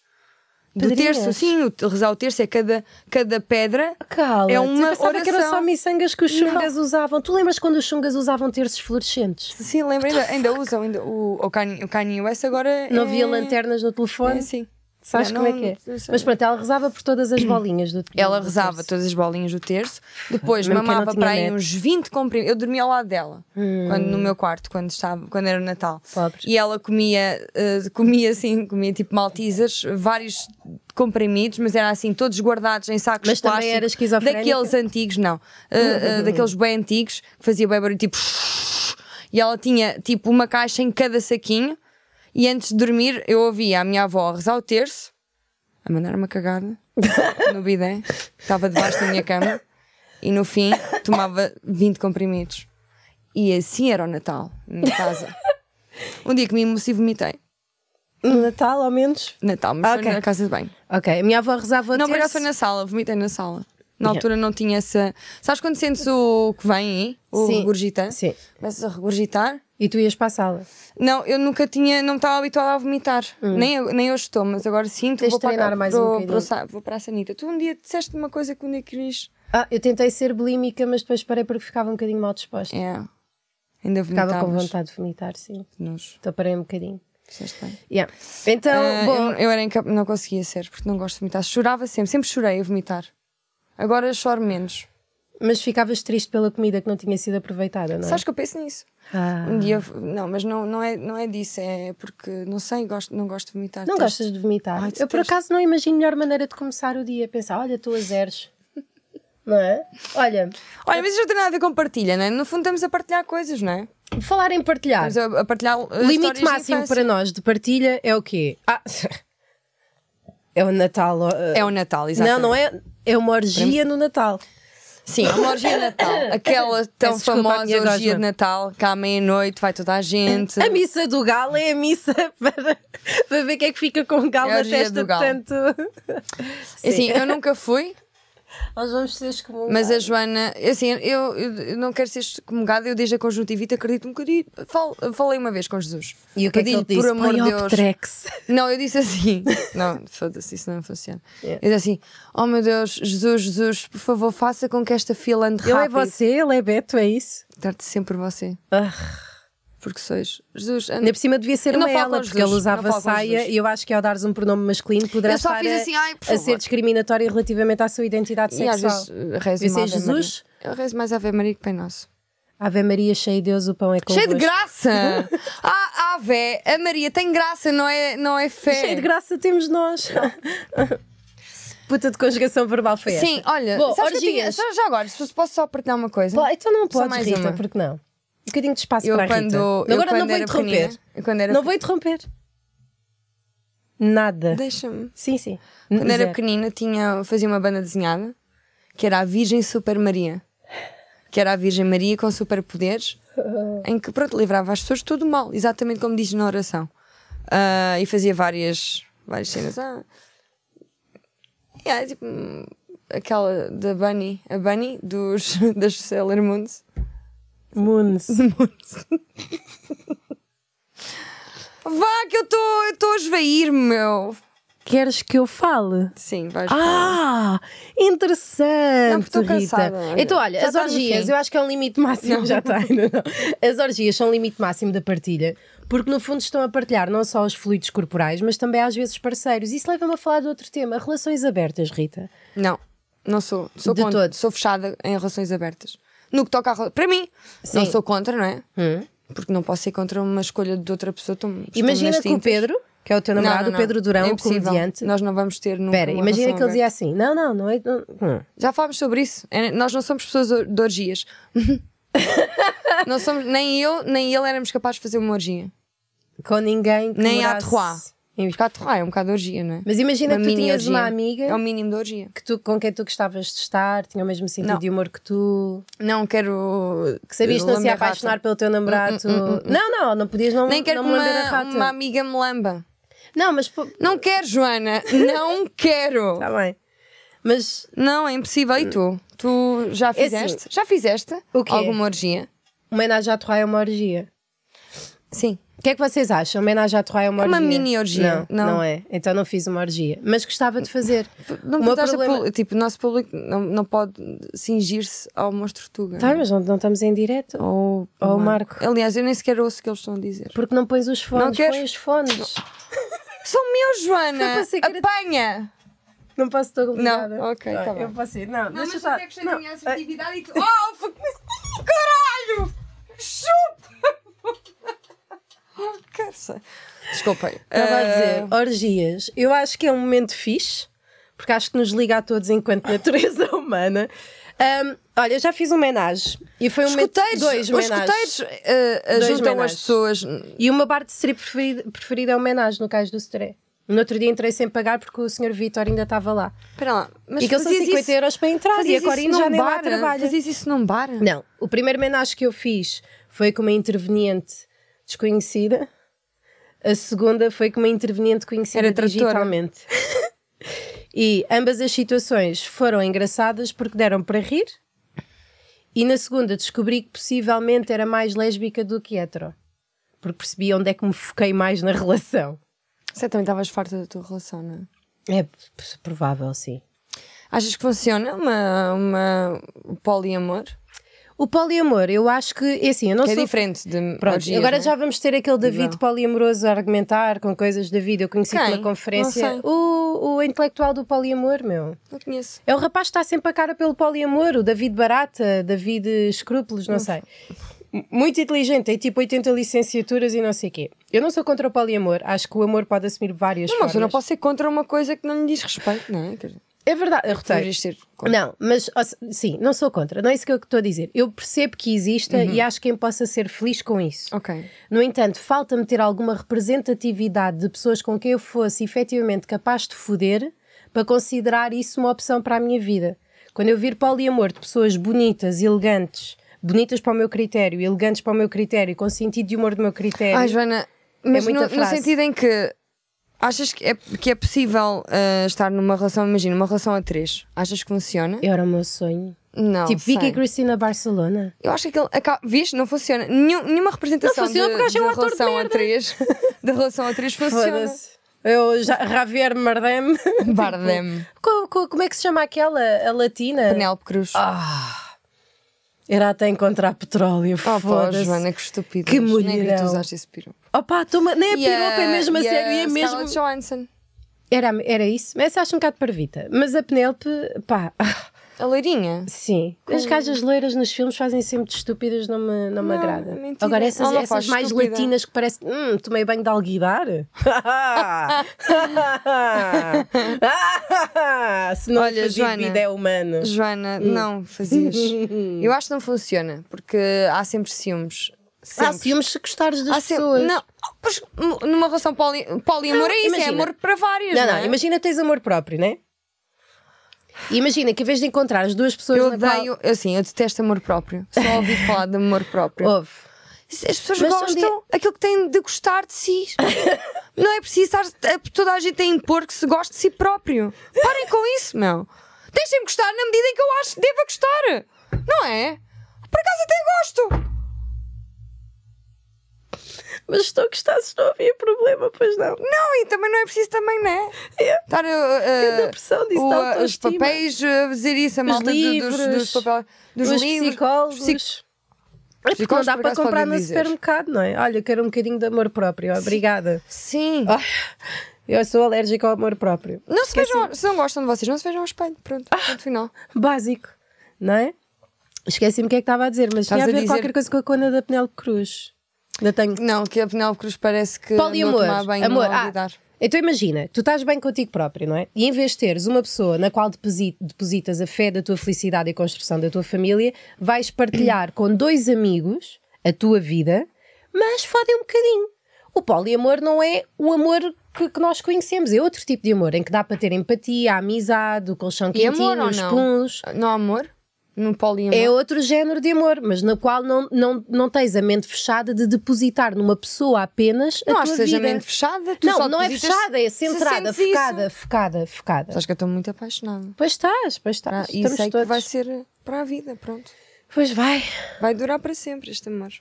[SPEAKER 2] Do
[SPEAKER 1] Pedrinhas?
[SPEAKER 2] terço, sim, o te- rezar o terço é cada, cada pedra.
[SPEAKER 1] Cala,
[SPEAKER 2] É uma
[SPEAKER 1] pensava que eram
[SPEAKER 2] oração.
[SPEAKER 1] só miçangas que os chungas usavam. Tu lembras quando os chungas usavam terços fluorescentes?
[SPEAKER 2] Sim, lembra? Ainda, ainda usam. Ainda, o, o, Kanye, o Kanye West agora.
[SPEAKER 1] Não
[SPEAKER 2] é-
[SPEAKER 1] havia lanternas no telefone?
[SPEAKER 2] É, sim.
[SPEAKER 1] Sabes
[SPEAKER 2] Não,
[SPEAKER 1] como é que é?
[SPEAKER 2] não sei.
[SPEAKER 1] Mas pronto, ela rezava por todas as bolinhas do
[SPEAKER 2] Ela
[SPEAKER 1] do
[SPEAKER 2] rezava
[SPEAKER 1] terço.
[SPEAKER 2] todas as bolinhas do terço, depois
[SPEAKER 1] Mesmo que eu não
[SPEAKER 2] mamava
[SPEAKER 1] tinha Hum.
[SPEAKER 2] para aí
[SPEAKER 1] net.
[SPEAKER 2] uns 20 comprimidos. Eu dormia ao lado dela, quando, no meu quarto, quando, estava, quando era o Natal.
[SPEAKER 1] Pobre.
[SPEAKER 2] E ela comia, eh, comia assim, comia tipo maltesers, vários comprimidos, mas eram assim, todos guardados em sacos
[SPEAKER 1] Mas
[SPEAKER 2] de
[SPEAKER 1] também
[SPEAKER 2] plástico.
[SPEAKER 1] era esquizofrénica? Uhum.
[SPEAKER 2] Daqueles antigos, não. Eh, eh, daqueles bem antigos, que fazia bem barulho, tipo... E ela tinha tipo uma caixa em cada saquinho. E antes de dormir, eu ouvia a minha avó a rezar o terço, a mandar uma cagada no bidé, estava debaixo da minha cama, e no fim tomava 20 comprimidos. E assim era o Natal, na minha casa. Um dia que me emoci vomitei.
[SPEAKER 1] No Natal, ao menos?
[SPEAKER 2] Natal, mas
[SPEAKER 1] Ok.
[SPEAKER 2] foi na casa de banho.
[SPEAKER 1] Ok, a minha avó rezava
[SPEAKER 2] Não, por acaso
[SPEAKER 1] terço.
[SPEAKER 2] foi na sala, vomitei na sala. Na
[SPEAKER 1] Yeah.
[SPEAKER 2] altura não tinha essa. Sabes quando sentes o que vem aí? O
[SPEAKER 1] Sim.
[SPEAKER 2] regurgitar?
[SPEAKER 1] Sim.
[SPEAKER 2] Começas a regurgitar.
[SPEAKER 1] E tu ias para a sala.
[SPEAKER 2] Não, eu nunca tinha, não estava habituada a vomitar. Nem, eu- nem hoje estou, mas agora
[SPEAKER 1] Hum.
[SPEAKER 2] sinto.
[SPEAKER 1] Tens
[SPEAKER 2] vou
[SPEAKER 1] de treinar
[SPEAKER 2] para,
[SPEAKER 1] mais um
[SPEAKER 2] vou,
[SPEAKER 1] bocadinho.
[SPEAKER 2] para o sa- vou para a Sanita. Tu um dia disseste uma coisa que um dia querias.
[SPEAKER 1] Ah, eu tentei ser bulímica, mas depois parei porque ficava um bocadinho mal disposta.
[SPEAKER 2] É. Ainda vomitavas.
[SPEAKER 1] Ficava com vontade de vomitar, sim.
[SPEAKER 2] Nojo.
[SPEAKER 1] Então parei um bocadinho.
[SPEAKER 2] Fizeste bem.
[SPEAKER 1] Yeah. Então,
[SPEAKER 2] Ah,
[SPEAKER 1] bom,
[SPEAKER 2] eu, eu era incap... não conseguia ser, porque não gosto de vomitar. Chorava sempre, sempre chorei a vomitar. Agora choro menos.
[SPEAKER 1] mas ficavas triste pela comida que não tinha sido aproveitada, não é?
[SPEAKER 2] Sabes que eu penso nisso?
[SPEAKER 1] Ah.
[SPEAKER 2] Um dia. Não, mas não, não, é, não é disso, é porque não sei, gosto, não gosto de vomitar.
[SPEAKER 1] Não
[SPEAKER 2] Tens-
[SPEAKER 1] gostas de vomitar?
[SPEAKER 2] Ai, detesto.
[SPEAKER 1] eu, por acaso, não imagino melhor maneira de começar o dia. Pensar, olha, tu a zeros. não é? Olha,
[SPEAKER 2] Olha, mas isso não tem nada a ver com partilha, não é? No fundo estamos a partilhar coisas, não é?
[SPEAKER 1] falar em partilhar.
[SPEAKER 2] Estamos a, a partilhar. uh, histórias
[SPEAKER 1] Limite
[SPEAKER 2] de
[SPEAKER 1] máximo
[SPEAKER 2] infância.
[SPEAKER 1] para nós de partilha é o quê? Ah, é o Natal. ó, eh,
[SPEAKER 2] É o Natal, exatamente.
[SPEAKER 1] não, não é. É uma orgia no Natal.
[SPEAKER 2] Sim, é uma orgia de Natal. Aquela tão
[SPEAKER 1] Peço desculpa à
[SPEAKER 2] famosa
[SPEAKER 1] minha
[SPEAKER 2] orgia
[SPEAKER 1] gosma.
[SPEAKER 2] de Natal, que à meia-noite vai toda a gente.
[SPEAKER 1] A missa do galo é a missa para, para ver quem é que fica com o galo
[SPEAKER 2] É a
[SPEAKER 1] na
[SPEAKER 2] orgia
[SPEAKER 1] testa
[SPEAKER 2] do galo.
[SPEAKER 1] tanto.
[SPEAKER 2] Assim, eu nunca fui,
[SPEAKER 1] Nós vamos ser comuns.
[SPEAKER 2] mas a Joana, assim, eu, eu- eu não quero ser excomungada, eu desde a conjuntivite acredito um bocadinho. Fal- falei uma vez com Jesus.
[SPEAKER 1] E o que é que
[SPEAKER 2] Pedi-lhe,
[SPEAKER 1] ele disse?
[SPEAKER 2] Por amor de
[SPEAKER 1] Põe
[SPEAKER 2] Deus.
[SPEAKER 1] Optrex.
[SPEAKER 2] Não, eu disse assim. Não, foda-se, isso não funciona.
[SPEAKER 1] Yeah.
[SPEAKER 2] Eu disse assim: Oh meu Deus, Jesus, Jesus, por favor, faça com que esta fila ande
[SPEAKER 1] Ele é
[SPEAKER 2] rápido.
[SPEAKER 1] você, ele é Beto, é isso?
[SPEAKER 2] Dar-te sempre você,
[SPEAKER 1] Ah.
[SPEAKER 2] porque sois. Jesus, anda
[SPEAKER 1] Ainda por cima devia ser
[SPEAKER 2] Eu não
[SPEAKER 1] uma
[SPEAKER 2] falo com
[SPEAKER 1] ela,
[SPEAKER 2] os
[SPEAKER 1] porque ele
[SPEAKER 2] dois, não
[SPEAKER 1] usava
[SPEAKER 2] falo com os
[SPEAKER 1] saia
[SPEAKER 2] dois.
[SPEAKER 1] e eu acho que ao dares um pronome masculino poderá
[SPEAKER 2] Eu só
[SPEAKER 1] estar
[SPEAKER 2] fiz
[SPEAKER 1] a,
[SPEAKER 2] assim, ai, por
[SPEAKER 1] a ser
[SPEAKER 2] favor.
[SPEAKER 1] discriminatório relativamente à sua identidade
[SPEAKER 2] E às
[SPEAKER 1] sexual.
[SPEAKER 2] vezes uh, rezo
[SPEAKER 1] Devia
[SPEAKER 2] uma
[SPEAKER 1] ser
[SPEAKER 2] Ave
[SPEAKER 1] Jesus?
[SPEAKER 2] Maria. Eu rezo mais Ave Maria que Pai Nosso.
[SPEAKER 1] Ave Maria, cheia de Deus, o pão é convosco.
[SPEAKER 2] Cheio de graça! ah, Ave, a Maria tem graça, não é, não é fé.
[SPEAKER 1] Cheio de graça temos nós. Puta de conjugação verbal foi esta.
[SPEAKER 2] Sim, olha,
[SPEAKER 1] Bom,
[SPEAKER 2] sabes que eu tinha-
[SPEAKER 1] orgias.
[SPEAKER 2] sabes já agora, se posso só partilhar uma coisa?
[SPEAKER 1] Pô, então não
[SPEAKER 2] Só
[SPEAKER 1] podes,
[SPEAKER 2] mais
[SPEAKER 1] Rita,
[SPEAKER 2] uma.
[SPEAKER 1] porque não? Um bocadinho de espaço
[SPEAKER 2] Eu
[SPEAKER 1] para a
[SPEAKER 2] quando,
[SPEAKER 1] Rita.
[SPEAKER 2] eu
[SPEAKER 1] Agora
[SPEAKER 2] quando
[SPEAKER 1] não vou
[SPEAKER 2] era
[SPEAKER 1] interromper.
[SPEAKER 2] pequenina- eu quando era
[SPEAKER 1] Não vou interromper. Nada.
[SPEAKER 2] Deixa-me.
[SPEAKER 1] Sim, sim.
[SPEAKER 2] Quando era
[SPEAKER 1] Zero.
[SPEAKER 2] pequenina tinha, fazia uma banda desenhada que era a Virgem Super Maria. Que era a Virgem Maria com superpoderes, em que pronto, livrava as pessoas de todo o mal, exatamente como diz na oração. Ah, e fazia várias, várias cenas. Ah, yeah, tipo, hum, aquela da Bunny, a Bunny dos, das Sailor Moons.
[SPEAKER 1] Moons.
[SPEAKER 2] Vá, que eu estou a esvair, meu!
[SPEAKER 1] Queres que eu fale?
[SPEAKER 2] Sim, vais.
[SPEAKER 1] Ah,
[SPEAKER 2] Não,
[SPEAKER 1] interessante,
[SPEAKER 2] porque estou
[SPEAKER 1] Rita.
[SPEAKER 2] cansada, olha.
[SPEAKER 1] Então, olha,
[SPEAKER 2] Já
[SPEAKER 1] as
[SPEAKER 2] está no
[SPEAKER 1] orgias,
[SPEAKER 2] fim.
[SPEAKER 1] eu acho que é um limite máximo, já está. ainda não. As orgias são um limite máximo da partilha, porque no fundo estão a partilhar não só os fluidos corporais, mas também às vezes parceiros. Isso leva-me a falar de outro tema, relações abertas, Rita.
[SPEAKER 2] Não, não sou. Sou
[SPEAKER 1] De
[SPEAKER 2] contra.
[SPEAKER 1] todo.
[SPEAKER 2] Sou fechada em relações abertas. No que toca a. rela- Para mim,
[SPEAKER 1] Sim. Hum.
[SPEAKER 2] não sou contra, não é? Porque não posso ser contra uma escolha de outra pessoa. Tão,
[SPEAKER 1] Imagina que o Pedro, que é o teu namorado, o Pedro Durão,
[SPEAKER 2] é
[SPEAKER 1] o
[SPEAKER 2] impossível.
[SPEAKER 1] comediante.
[SPEAKER 2] Nós não um vamos ter nunca.
[SPEAKER 1] Espera,
[SPEAKER 2] uma
[SPEAKER 1] imagina
[SPEAKER 2] relação
[SPEAKER 1] que ele
[SPEAKER 2] aberta.
[SPEAKER 1] dizia assim: não, não, não é. não- hum.
[SPEAKER 2] Já falámos sobre isso. É, Nós não somos pessoas or- de orgias. não somos, nem eu, nem ele éramos capazes de fazer uma orgia.
[SPEAKER 1] Com ninguém que
[SPEAKER 2] Nem à
[SPEAKER 1] morasse
[SPEAKER 2] trois.
[SPEAKER 1] em-
[SPEAKER 2] Porque há de- ah, é um bocado de orgia, não é?
[SPEAKER 1] Mas imagina
[SPEAKER 2] Uma
[SPEAKER 1] que tu
[SPEAKER 2] mini
[SPEAKER 1] tinhas
[SPEAKER 2] orgia.
[SPEAKER 1] uma amiga
[SPEAKER 2] É o mínimo de orgia.
[SPEAKER 1] que tu, com quem tu gostavas de estar, tinha o mesmo sentido
[SPEAKER 2] Não.
[SPEAKER 1] de humor que tu.
[SPEAKER 2] Não quero.
[SPEAKER 1] Que sabias que não se ia
[SPEAKER 2] lamber rata.
[SPEAKER 1] apaixonar pelo teu namorado.
[SPEAKER 2] Hum,
[SPEAKER 1] Não, não, não podias não,
[SPEAKER 2] Nem quero
[SPEAKER 1] não me
[SPEAKER 2] que
[SPEAKER 1] lamber a
[SPEAKER 2] uma,
[SPEAKER 1] rata.
[SPEAKER 2] uma amiga me lamba.
[SPEAKER 1] Não, mas pô,
[SPEAKER 2] Não quero, Joana. Não quero.
[SPEAKER 1] está bem. Mas
[SPEAKER 2] Não, é impossível. E tu? Tu já
[SPEAKER 1] assim,
[SPEAKER 2] fizeste? já fizeste
[SPEAKER 1] o quê?
[SPEAKER 2] alguma orgia?
[SPEAKER 1] homenagem à Torraia é uma orgia.
[SPEAKER 2] Sim.
[SPEAKER 1] O que é que vocês acham? Homenagem à Torraia é uma
[SPEAKER 2] É
[SPEAKER 1] orgia?
[SPEAKER 2] uma mini orgia,
[SPEAKER 1] Não, não,
[SPEAKER 2] não.
[SPEAKER 1] é. Então não fiz uma orgia. Mas gostava de fazer.
[SPEAKER 2] Não
[SPEAKER 1] O meu
[SPEAKER 2] perguntaste a
[SPEAKER 1] problema-
[SPEAKER 2] público- Tipo, o nosso público não, não pode cingir-se ao monstro tuga.
[SPEAKER 1] Tá, mas não, não estamos em direto.
[SPEAKER 2] Ou
[SPEAKER 1] Ou ao
[SPEAKER 2] ao
[SPEAKER 1] Marco.
[SPEAKER 2] Aliás, eu nem sequer ouço o que eles estão a dizer.
[SPEAKER 1] Porque não pões os fones,
[SPEAKER 2] Não queres?
[SPEAKER 1] põe os fones.
[SPEAKER 2] São meus,
[SPEAKER 1] Foi
[SPEAKER 2] Joana!
[SPEAKER 1] para ser que-
[SPEAKER 2] Apanha!
[SPEAKER 1] Não posso estar
[SPEAKER 2] aglomerada. Não, ok, tá bem.
[SPEAKER 1] Eu posso ir. Não, deixa só.
[SPEAKER 2] é
[SPEAKER 1] Não, eh,
[SPEAKER 2] assertividade e tu. Oh, caralho! Chupa! Desculpa.
[SPEAKER 1] Estava a
[SPEAKER 2] Eh,
[SPEAKER 1] dizer, orgias. Eu acho que é um momento fixe, porque acho que nos liga a todos enquanto natureza humana. Ahm, olha, eu já fiz um homenagem e foi um
[SPEAKER 2] Os
[SPEAKER 1] momento
[SPEAKER 2] escuteiros,
[SPEAKER 1] dois
[SPEAKER 2] os
[SPEAKER 1] homenagens.
[SPEAKER 2] escuteiros eh, ajudam
[SPEAKER 1] homenagens.
[SPEAKER 2] as pessoas.
[SPEAKER 1] E uma parte de strip preferida, preferida é homenagem no Cais do Stré. No outro dia entrei sem pagar porque o Sr. Vitor ainda estava lá.
[SPEAKER 2] Espera lá, mas
[SPEAKER 1] e que são
[SPEAKER 2] fazias
[SPEAKER 1] 50
[SPEAKER 2] isso-
[SPEAKER 1] euros para entrar e a
[SPEAKER 2] fazias isso
[SPEAKER 1] Corina já
[SPEAKER 2] num
[SPEAKER 1] nem lá
[SPEAKER 2] bar?
[SPEAKER 1] trabalha.
[SPEAKER 2] Fazias isso num bar?
[SPEAKER 1] Não, o primeiro homenagem que eu fiz foi com uma interveniente desconhecida. A segunda foi com uma interveniente conhecida
[SPEAKER 2] Era tradutora.
[SPEAKER 1] digitalmente. e ambas as situações foram engraçadas porque deram para rir. E na segunda descobri que possivelmente era mais lésbica do que hetero. Porque percebi onde é que me foquei mais na relação.
[SPEAKER 2] Você também estavas farta da tua relação, não é?
[SPEAKER 1] É p- provável, sim.
[SPEAKER 2] Achas que funciona uma, uma o poliamor?
[SPEAKER 1] O poliamor, eu acho que, é assim, eu não
[SPEAKER 2] Que é
[SPEAKER 1] sou
[SPEAKER 2] diferente de
[SPEAKER 1] Pronto,
[SPEAKER 2] orgias,
[SPEAKER 1] agora
[SPEAKER 2] não é?
[SPEAKER 1] já vamos ter aquele David
[SPEAKER 2] Não.
[SPEAKER 1] poliamoroso a argumentar com coisas da vida. Eu conheci
[SPEAKER 2] Quem?
[SPEAKER 1] numa conferência
[SPEAKER 2] Não sei.
[SPEAKER 1] o, o intelectual do poliamor, meu.
[SPEAKER 2] Não conheço.
[SPEAKER 1] É o rapaz que está sempre a cara pelo poliamor, o David Barata, David Escrúpulos, não sei. M- Muito inteligente, tem tipo 80 licenciaturas e não sei o quê. Eu não sou contra o poliamor, acho que o amor pode assumir várias
[SPEAKER 2] Não,
[SPEAKER 1] formas.
[SPEAKER 2] mas eu não posso ser contra uma coisa que não lhe diz respeito, não é? Quer dizer,
[SPEAKER 1] É verdade, eu roteiro.
[SPEAKER 2] Deverias ser contra.
[SPEAKER 1] Não, mas ou se- sim, não sou contra, não é isso que eu estou a dizer. Eu percebo que exista
[SPEAKER 2] Uhum.
[SPEAKER 1] e acho que quem possa ser feliz com isso.
[SPEAKER 2] Ok.
[SPEAKER 1] No entanto, falta-me ter alguma representatividade de pessoas com quem eu fosse efetivamente capaz de foder para considerar isso uma opção para a minha vida. Quando eu vir poliamor de pessoas bonitas, elegantes, bonitas para o meu critério, elegantes para o meu critério, com sentido de humor do meu critério.
[SPEAKER 2] Ai, Joana, mas
[SPEAKER 1] É muita
[SPEAKER 2] no, no
[SPEAKER 1] frase.
[SPEAKER 2] sentido em que achas que é, que é possível ah, estar numa relação, imagina, uma relação a três, achas que funciona?
[SPEAKER 1] Era o meu sonho.
[SPEAKER 2] Não.
[SPEAKER 1] tipo, Vicky
[SPEAKER 2] sei.
[SPEAKER 1] e Cristina Barcelona.
[SPEAKER 2] Eu acho que ele acaba, viste, não funciona. Nenhum- nenhuma representação
[SPEAKER 1] Não funciona
[SPEAKER 2] de,
[SPEAKER 1] porque eu achei um
[SPEAKER 2] de
[SPEAKER 1] ator de
[SPEAKER 2] relação a
[SPEAKER 1] merda.
[SPEAKER 2] três, da relação a três funciona. Tipo,
[SPEAKER 1] Foda-se. Eu já, Javier Bardem.
[SPEAKER 2] Bardem,
[SPEAKER 1] Co- co- como é que se chama aquela? A latina?
[SPEAKER 2] Penélope Cruz.
[SPEAKER 1] Ah, Era até encontrar petróleo.
[SPEAKER 2] Oh, pô,
[SPEAKER 1] Foda-se.
[SPEAKER 2] Joana, que estúpido.
[SPEAKER 1] Que
[SPEAKER 2] Nem acredito é que
[SPEAKER 1] mulherão.
[SPEAKER 2] tu usaste esse piropo.
[SPEAKER 1] Opa, toma, nem a
[SPEAKER 2] E a-
[SPEAKER 1] piropa é mesmo a
[SPEAKER 2] e
[SPEAKER 1] sério, e é mesmo.
[SPEAKER 2] Scarlett Johansson.
[SPEAKER 1] Era, era isso, mas acho um bocado parvita. Mas a Penélope, pá,
[SPEAKER 2] A loirinha?
[SPEAKER 1] Sim. As gajas loiras nos filmes fazem sempre de estúpidas, não me, não me
[SPEAKER 2] Não,
[SPEAKER 1] agrada.
[SPEAKER 2] é mentira.
[SPEAKER 1] Agora, essas,
[SPEAKER 2] Ela não
[SPEAKER 1] essas
[SPEAKER 2] faz
[SPEAKER 1] mais
[SPEAKER 2] estúpida.
[SPEAKER 1] latinas que parece. Hum, tomei banho de alguidar? Se não
[SPEAKER 2] Olha,
[SPEAKER 1] Olha, fazia
[SPEAKER 2] Joana.
[SPEAKER 1] vida é humano.
[SPEAKER 2] Joana,
[SPEAKER 1] Hum.
[SPEAKER 2] não fazias. Eu acho que não funciona, porque há sempre ciúmes. Sempre.
[SPEAKER 1] Há ciúmes se gostares das
[SPEAKER 2] Há sempre-
[SPEAKER 1] pessoas.
[SPEAKER 2] Não, pois, n- numa relação poli, poliamor é isso, é
[SPEAKER 1] imagina.
[SPEAKER 2] amor para vários.
[SPEAKER 1] Não,
[SPEAKER 2] Não,
[SPEAKER 1] não,
[SPEAKER 2] é?
[SPEAKER 1] imagina que tens amor próprio, né? E imagina que em vez de encontrar as duas pessoas.
[SPEAKER 2] Eu
[SPEAKER 1] na qual-
[SPEAKER 2] odeio, eu sim, eu detesto amor próprio. Só ouvi falar de amor próprio.
[SPEAKER 1] Ouve.
[SPEAKER 2] As pessoas
[SPEAKER 1] Oh, Mas
[SPEAKER 2] gostam
[SPEAKER 1] um dia-
[SPEAKER 2] aquilo que têm de gostar de si. não é preciso estar a- toda a gente a impor que se goste de si próprio. Parem com isso, meu. Deixem-me gostar na medida em que eu acho que deva gostar. Não é? Por acaso até gosto.
[SPEAKER 1] Mas estou a gostar, se não havia problema, pois não.
[SPEAKER 2] Não, e também não é preciso também, não é?
[SPEAKER 1] É.
[SPEAKER 2] Estar a- a-
[SPEAKER 1] Cada pressão disso,
[SPEAKER 2] o-
[SPEAKER 1] da
[SPEAKER 2] a- os
[SPEAKER 1] autoestima.
[SPEAKER 2] papéis, a dizer isso, a malta do- dos,
[SPEAKER 1] livros,
[SPEAKER 2] dos papéis, dos
[SPEAKER 1] os
[SPEAKER 2] livros,
[SPEAKER 1] psicólogos.
[SPEAKER 2] psic-
[SPEAKER 1] É porque não
[SPEAKER 2] Psicólogos,
[SPEAKER 1] dá
[SPEAKER 2] por
[SPEAKER 1] para
[SPEAKER 2] acaso,
[SPEAKER 1] comprar
[SPEAKER 2] podem
[SPEAKER 1] no
[SPEAKER 2] dizer.
[SPEAKER 1] supermercado, não é? Olha, quero um bocadinho de amor próprio, obrigada.
[SPEAKER 2] Sim.
[SPEAKER 1] Ah, eu sou alérgica ao amor próprio.
[SPEAKER 2] Não se vejam, se não gostam de vocês, não se vejam ao espelho. Pronto,
[SPEAKER 1] Ah.
[SPEAKER 2] ponto final.
[SPEAKER 1] Básico, não é? Esqueci-me o que é que estava a dizer, mas
[SPEAKER 2] Estás
[SPEAKER 1] tinha a
[SPEAKER 2] a
[SPEAKER 1] ver
[SPEAKER 2] dizer-
[SPEAKER 1] qualquer coisa com a cona da Penélope Cruz. Ainda tenho.
[SPEAKER 2] Não, que a Penélope Cruz parece que andou
[SPEAKER 1] Poliamor.
[SPEAKER 2] a tomar banho no
[SPEAKER 1] Amor, ah,
[SPEAKER 2] alguidar.
[SPEAKER 1] então imagina, tu estás bem contigo próprio, não é? E em vez de teres uma pessoa na qual deposi- depositas a fé da tua felicidade e a construção da tua família, vais partilhar com dois amigos a tua vida, mas fodem um bocadinho. O poliamor não é o amor que, que nós conhecemos, é outro tipo de amor, em que dá para ter empatia, a amizade, o colchão
[SPEAKER 2] E amor
[SPEAKER 1] quentinho,
[SPEAKER 2] ou
[SPEAKER 1] os
[SPEAKER 2] não?
[SPEAKER 1] puns.
[SPEAKER 2] No amor? No poliamor?
[SPEAKER 1] É outro género de amor, mas na qual não, não, não tens a mente fechada de depositar numa pessoa apenas a
[SPEAKER 2] não
[SPEAKER 1] tua
[SPEAKER 2] acho que seja
[SPEAKER 1] vida.
[SPEAKER 2] mente fechada. Tu
[SPEAKER 1] Não,
[SPEAKER 2] só
[SPEAKER 1] não é
[SPEAKER 2] depositas-
[SPEAKER 1] fechada, é
[SPEAKER 2] se
[SPEAKER 1] centrada,
[SPEAKER 2] sentes isso.
[SPEAKER 1] focada, focada, focada. é
[SPEAKER 2] Sabes que eu estou muito apaixonada.
[SPEAKER 1] Pois estás, pois estás.
[SPEAKER 2] Ah, e
[SPEAKER 1] Estamos
[SPEAKER 2] sei
[SPEAKER 1] todos.
[SPEAKER 2] que vai ser para a vida, pronto.
[SPEAKER 1] Pois vai.
[SPEAKER 2] Vai durar para sempre este amor.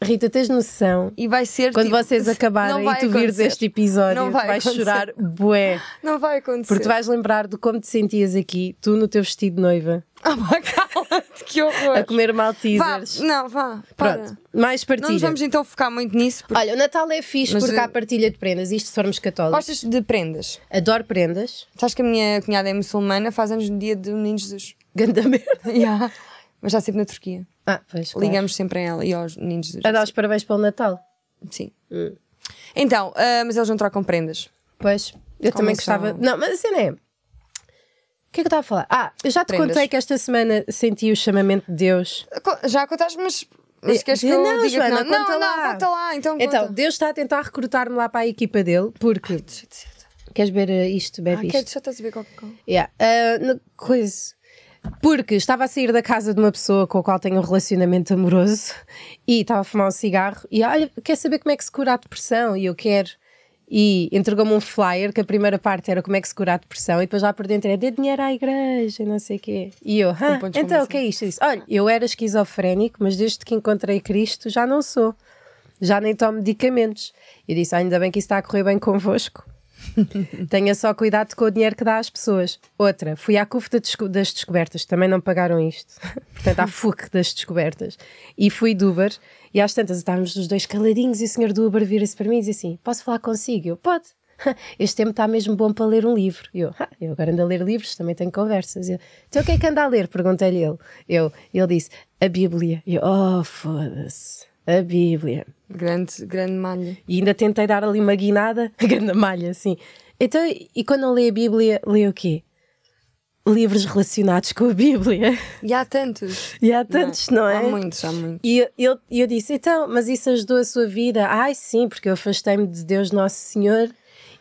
[SPEAKER 1] Rita, tens noção?
[SPEAKER 2] E vai ser
[SPEAKER 1] Quando
[SPEAKER 2] tipo-
[SPEAKER 1] vocês
[SPEAKER 2] Não
[SPEAKER 1] acabarem
[SPEAKER 2] vai
[SPEAKER 1] e tu vires
[SPEAKER 2] acontecer.
[SPEAKER 1] este episódio,
[SPEAKER 2] Não vai
[SPEAKER 1] vais
[SPEAKER 2] acontecer.
[SPEAKER 1] chorar bué.
[SPEAKER 2] Não vai acontecer.
[SPEAKER 1] Porque tu vais lembrar de como te sentias aqui, tu no teu vestido de noiva,
[SPEAKER 2] Ah, pá, cala-te, que horror.
[SPEAKER 1] a comer
[SPEAKER 2] Vá,
[SPEAKER 1] maltesers.
[SPEAKER 2] não, vá. Para.
[SPEAKER 1] Pronto, mais
[SPEAKER 2] Não nos
[SPEAKER 1] partilha.
[SPEAKER 2] vamos então focar muito nisso, porque
[SPEAKER 1] Olha, o Natal é fixe
[SPEAKER 2] Mas
[SPEAKER 1] porque
[SPEAKER 2] eu-
[SPEAKER 1] há partilha de prendas, isto se formos católicos.
[SPEAKER 2] gostas de prendas.
[SPEAKER 1] Adoro prendas.
[SPEAKER 2] Sabes que a minha cunhada é muçulmana, faz anos no dia do Menino Jesus.
[SPEAKER 1] Ganda merda.
[SPEAKER 2] Yeah. Mas está sempre na Turquia.
[SPEAKER 1] Ah, pois. Claro.
[SPEAKER 2] Ligamos sempre a ela e aos Meninos Jesus.
[SPEAKER 1] A dar os parabéns pelo Natal.
[SPEAKER 2] Sim. Então, ah, mas eles não trocam prendas.
[SPEAKER 1] Pois, eu também
[SPEAKER 2] é são?
[SPEAKER 1] gostava. Não, mas a cena é. O que é que eu estava a falar? Ah, eu já te
[SPEAKER 2] Prendas.
[SPEAKER 1] contei que esta semana senti o chamamento de Deus.
[SPEAKER 2] Co- Já contaste, mas, mas
[SPEAKER 1] Eh,
[SPEAKER 2] queres que eu
[SPEAKER 1] não,
[SPEAKER 2] diga
[SPEAKER 1] Joana,
[SPEAKER 2] que não?
[SPEAKER 1] conta
[SPEAKER 2] não,
[SPEAKER 1] lá.
[SPEAKER 2] não, conta lá. Então,
[SPEAKER 1] Então,
[SPEAKER 2] conta.
[SPEAKER 1] Deus está a tentar recrutar-me lá para a equipa dele, porque. Queres ver eh, isto?
[SPEAKER 2] Ah,
[SPEAKER 1] Bebe
[SPEAKER 2] quero-
[SPEAKER 1] isto.
[SPEAKER 2] já estás a ver qualquer coisa.
[SPEAKER 1] Yeah. Ah, no- coisa. Porque estava a sair da casa de uma pessoa com a qual tenho um relacionamento amoroso e estava a fumar um cigarro e olha, quer saber como é que se cura a depressão? E eu quero. E entregou-me um flyer que a primeira parte era como é que se cura a depressão e depois lá por dentro é dê dinheiro à igreja e não sei o quê. E eu, "Hã?
[SPEAKER 2] pontos de
[SPEAKER 1] então o
[SPEAKER 2] comoção.
[SPEAKER 1] que é isto? Eu disse, olha, eu era esquizofrénico, mas desde que encontrei Cristo já não sou. Já nem tomo medicamentos. E disse, "Ah, ainda bem que isso está a correr bem convosco. Tenha só cuidado com o dinheiro que dá às pessoas. Outra, fui à CUF da desco- das descobertas, também não pagaram isto. Portanto, à FUC das descobertas. E fui do Uber, e às tantas estávamos os dois caladinhos, e o senhor do Uber vira-se para mim e diz assim: Posso falar consigo? Eu, pode. Este tempo está mesmo bom para ler um livro. E Eu, "Ah, eu agora ando a ler livros, também tenho conversas. E Ele, então o que é que anda a ler? Perguntei-lhe ele. Eu, ele disse: A Bíblia. E Eu, oh, foda-se, a Bíblia.
[SPEAKER 2] Grande, grande malha.
[SPEAKER 1] E ainda tentei dar ali uma guinada, a grande malha, assim. Então, e quando não lê a Bíblia, lê o quê? Livros relacionados com a Bíblia.
[SPEAKER 2] E há tantos.
[SPEAKER 1] E há tantos, não, é?
[SPEAKER 2] Há muitos, há muitos.
[SPEAKER 1] E eu, eu, eu disse, então, mas isso ajudou a sua vida? Ai, sim, porque eu afastei-me de Deus Nosso Senhor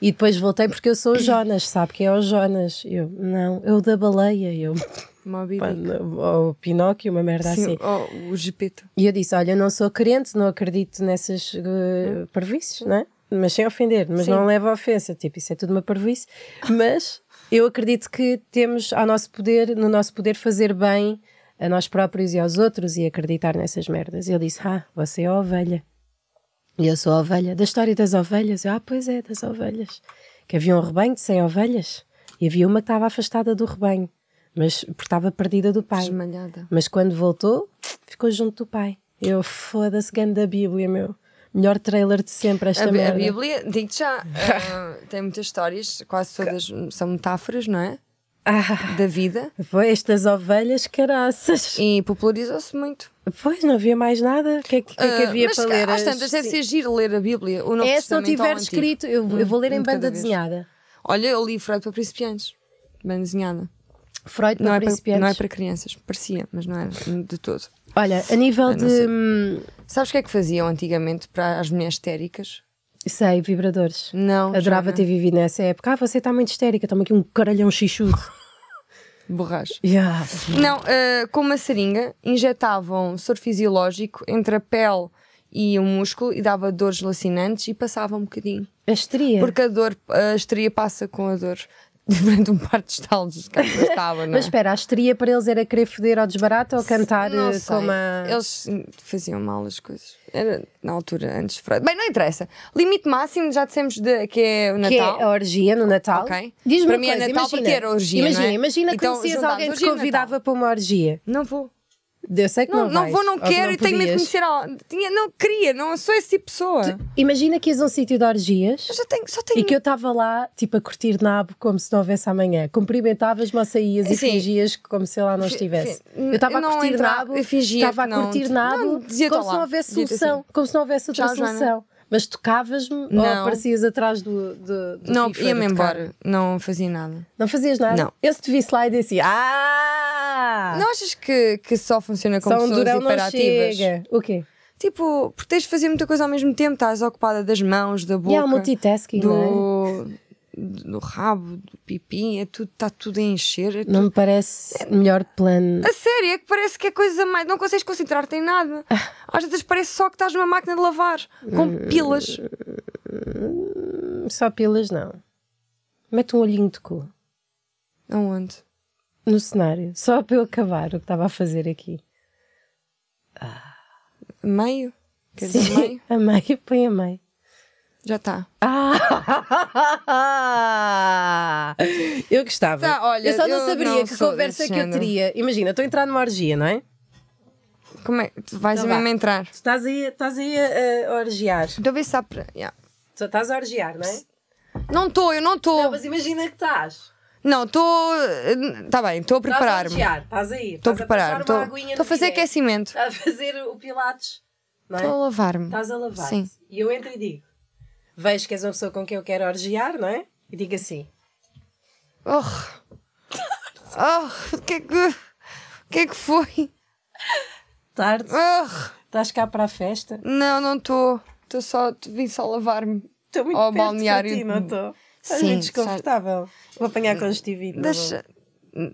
[SPEAKER 1] e depois voltei porque eu sou o Jonas, sabe que é o Jonas? Eu, não, eu da baleia, eu,
[SPEAKER 2] Moby Dick.
[SPEAKER 1] ou Pinóquio, uma merda
[SPEAKER 2] Sim,
[SPEAKER 1] assim.
[SPEAKER 2] oh, o Gepeto.
[SPEAKER 1] E eu disse: Olha, eu não sou crente, não acredito nessas uh, parvoíces, não é? Mas sem ofender, mas
[SPEAKER 2] Sim.
[SPEAKER 1] não leva a ofensa, tipo, isso é tudo uma parvoíce. Mas eu acredito que temos ao nosso poder, no nosso poder, fazer bem a nós próprios e aos outros e acreditar nessas merdas. E ele disse: Ah, você é a ovelha. E eu sou a ovelha. Da história das ovelhas? Eu, ah, pois é, das ovelhas. Que havia um rebanho de 100 ovelhas e havia uma que estava afastada do rebanho, mas porque estava perdida do pai.
[SPEAKER 2] Desmalhada.
[SPEAKER 1] Mas quando voltou, ficou junto do pai. Eu foda-se, ganda Bíblia, meu. Melhor trailer de sempre
[SPEAKER 2] A,
[SPEAKER 1] esta
[SPEAKER 2] Bí- a
[SPEAKER 1] merda.
[SPEAKER 2] eh, Bíblia, digo-te já, ah, tem muitas histórias, quase todas são metáforas, não é?
[SPEAKER 1] Ah,
[SPEAKER 2] da vida
[SPEAKER 1] pois, estas ovelhas, caraças.
[SPEAKER 2] e popularizou-se muito.
[SPEAKER 1] Pois, não havia mais nada. O que é que, o que é que
[SPEAKER 2] Ah,
[SPEAKER 1] havia
[SPEAKER 2] mas
[SPEAKER 1] para ler?
[SPEAKER 2] Às tantas deve ser giro ler a Bíblia. O Novo
[SPEAKER 1] É, se não
[SPEAKER 2] Testamento ao
[SPEAKER 1] tiver
[SPEAKER 2] Antigo.
[SPEAKER 1] escrito, eu, eu vou ler em
[SPEAKER 2] um de cada
[SPEAKER 1] banda
[SPEAKER 2] vez.
[SPEAKER 1] desenhada.
[SPEAKER 2] Olha, eu li Freud para principiantes. Bem desenhada.
[SPEAKER 1] Freud para
[SPEAKER 2] Não é para,
[SPEAKER 1] principiantes.
[SPEAKER 2] não é para crianças, parecia, mas não era de todo.
[SPEAKER 1] Olha, a nível
[SPEAKER 2] não
[SPEAKER 1] de.
[SPEAKER 2] sei.
[SPEAKER 1] hum,
[SPEAKER 2] Sabes o que é que faziam antigamente para as mulheres histéricas?
[SPEAKER 1] Sei, vibradores.
[SPEAKER 2] Não.
[SPEAKER 1] Adorava
[SPEAKER 2] já
[SPEAKER 1] ter vivido nessa época. Ah, você está muito histérica, toma aqui um caralhão xixudo.
[SPEAKER 2] não. Borracha.
[SPEAKER 1] Yeah.
[SPEAKER 2] Não, ah, com uma seringa injetavam soro fisiológico entre a pele e o músculo e dava dores lacinantes e passava um bocadinho.
[SPEAKER 1] A estria.
[SPEAKER 2] Porque a dor, a histeria passa com a dor durante um par de estalos que estava, não é?
[SPEAKER 1] Mas espera, a estria para eles era querer foder ao desbarato ou cantar
[SPEAKER 2] Não
[SPEAKER 1] eh,
[SPEAKER 2] sei.
[SPEAKER 1] como a.
[SPEAKER 2] Eles faziam mal as coisas. Era na altura, antes de Freud. Bem, não interessa. Limite máximo, já dissemos de, que é o
[SPEAKER 1] Que é
[SPEAKER 2] Natal.
[SPEAKER 1] a orgia no Natal.
[SPEAKER 2] Ok.
[SPEAKER 1] Diz-me
[SPEAKER 2] Para
[SPEAKER 1] uma
[SPEAKER 2] mim é
[SPEAKER 1] coisa,
[SPEAKER 2] Natal para
[SPEAKER 1] imagina,
[SPEAKER 2] ter orgia, não é?
[SPEAKER 1] Imagina, imagina
[SPEAKER 2] Então,
[SPEAKER 1] que conhecias
[SPEAKER 2] juntámos
[SPEAKER 1] alguém que te
[SPEAKER 2] orgia e Natal.
[SPEAKER 1] convidava para uma orgia.
[SPEAKER 2] Não vou.
[SPEAKER 1] Eu sei que não,
[SPEAKER 2] Não, não
[SPEAKER 1] vais,
[SPEAKER 2] vou, não
[SPEAKER 1] ou que
[SPEAKER 2] quero e tenho medo de
[SPEAKER 1] podias.
[SPEAKER 2] conhecer. al- Tinha, não queria, não sou esse tipo de pessoa.
[SPEAKER 1] Imagina que ias a um sítio de orgias
[SPEAKER 2] Eu já tenho, só
[SPEAKER 1] e
[SPEAKER 2] tenho.
[SPEAKER 1] que eu estava lá, tipo, a curtir nabo como se não houvesse amanhã. Cumprimentavas, mas saías e
[SPEAKER 2] Sim.
[SPEAKER 1] fingias que como se eu lá não estivesse. Eu estava a
[SPEAKER 2] não
[SPEAKER 1] curtir
[SPEAKER 2] entrava,
[SPEAKER 1] nabo,
[SPEAKER 2] eu fingia
[SPEAKER 1] estava a
[SPEAKER 2] que não,
[SPEAKER 1] curtir
[SPEAKER 2] tipo,
[SPEAKER 1] nabo
[SPEAKER 2] não,
[SPEAKER 1] como se
[SPEAKER 2] dizia-te
[SPEAKER 1] não
[SPEAKER 2] olá,
[SPEAKER 1] houvesse
[SPEAKER 2] dizia-te
[SPEAKER 1] solução,
[SPEAKER 2] assim.
[SPEAKER 1] como se não houvesse outra
[SPEAKER 2] Tchau, Joana.
[SPEAKER 1] solução. Mas tocavas-me ou
[SPEAKER 2] Não.
[SPEAKER 1] aparecias atrás do, do, do
[SPEAKER 2] Não,
[SPEAKER 1] FIFA
[SPEAKER 2] ia-me
[SPEAKER 1] de tocar?
[SPEAKER 2] embora. Não fazia nada.
[SPEAKER 1] Não fazias nada?
[SPEAKER 2] Não.
[SPEAKER 1] Eu se te visse lá e disse Ah!
[SPEAKER 2] Não achas que, que só funciona com
[SPEAKER 1] Só um
[SPEAKER 2] pessoas
[SPEAKER 1] durão não
[SPEAKER 2] hiperativas?
[SPEAKER 1] chega. O quê?
[SPEAKER 2] Tipo, porque tens de fazer muita coisa ao mesmo tempo, estás ocupada das mãos, da boca,
[SPEAKER 1] E há um multitasking, não é?
[SPEAKER 2] do, do rabo, do pipi, é tudo, está tudo a encher. é
[SPEAKER 1] Não me parece melhor plano.
[SPEAKER 2] A sério, é que parece que é coisa mais. Não consegues concentrar-te em nada. Às vezes parece só que estás numa máquina de lavar,
[SPEAKER 1] Eh,
[SPEAKER 2] com pilas.
[SPEAKER 1] Só pilas, não. Mete um olhinho de cu
[SPEAKER 2] Aonde?
[SPEAKER 1] no cenário. Só para eu acabar o que estava a fazer aqui.
[SPEAKER 2] Meio? Quer dizer, meio?
[SPEAKER 1] a meio, põe a meio.
[SPEAKER 2] Já está.
[SPEAKER 1] Ah! Eu gostava.
[SPEAKER 2] Tá, olha,
[SPEAKER 1] eu só não
[SPEAKER 2] eu
[SPEAKER 1] saberia
[SPEAKER 2] não
[SPEAKER 1] que
[SPEAKER 2] sou
[SPEAKER 1] conversa
[SPEAKER 2] desse
[SPEAKER 1] que eu
[SPEAKER 2] género.
[SPEAKER 1] teria. Imagina, estou a entrar numa orgia, não é?
[SPEAKER 2] Como é? Tu vais
[SPEAKER 1] Então vá.
[SPEAKER 2] mesmo entrar.
[SPEAKER 1] Tu estás aí, estás aí a, a orgiar.
[SPEAKER 2] Então vê se há. pra- Yeah.
[SPEAKER 1] Tu estás a orgiar, não é?
[SPEAKER 2] Não estou, eu não
[SPEAKER 1] Não,
[SPEAKER 2] estou.
[SPEAKER 1] mas imagina que estás.
[SPEAKER 2] Não, estou. Está bem,
[SPEAKER 1] Estás
[SPEAKER 2] estou a
[SPEAKER 1] a
[SPEAKER 2] preparar-me.
[SPEAKER 1] orgiar, estás aí.
[SPEAKER 2] Estou a
[SPEAKER 1] estás
[SPEAKER 2] preparar-me.
[SPEAKER 1] passar uma
[SPEAKER 2] Estou
[SPEAKER 1] aguinha
[SPEAKER 2] estou a
[SPEAKER 1] no
[SPEAKER 2] fazer
[SPEAKER 1] filé.
[SPEAKER 2] aquecimento.
[SPEAKER 1] Estás a fazer o Pilates, não
[SPEAKER 2] Estou
[SPEAKER 1] é?
[SPEAKER 2] a lavar-me.
[SPEAKER 1] Estás a lavar.
[SPEAKER 2] Sim.
[SPEAKER 1] E eu entro e digo: Vejo que és uma pessoa com quem eu quero orgiar, não é? E digo assim:
[SPEAKER 2] Oh. Oh, o que é que. O que é que foi?
[SPEAKER 1] Tarde,
[SPEAKER 2] Oh.
[SPEAKER 1] estás cá para a festa?
[SPEAKER 2] Não, não estou. Estou só. Vim só lavar-me.
[SPEAKER 1] Estou muito
[SPEAKER 2] Ao
[SPEAKER 1] perto
[SPEAKER 2] balneário.
[SPEAKER 1] de ti, não estou? Estás
[SPEAKER 2] Sim,
[SPEAKER 1] muito desconfortável. Vou apanhar conjuntivite. Deixa...
[SPEAKER 2] Deixa.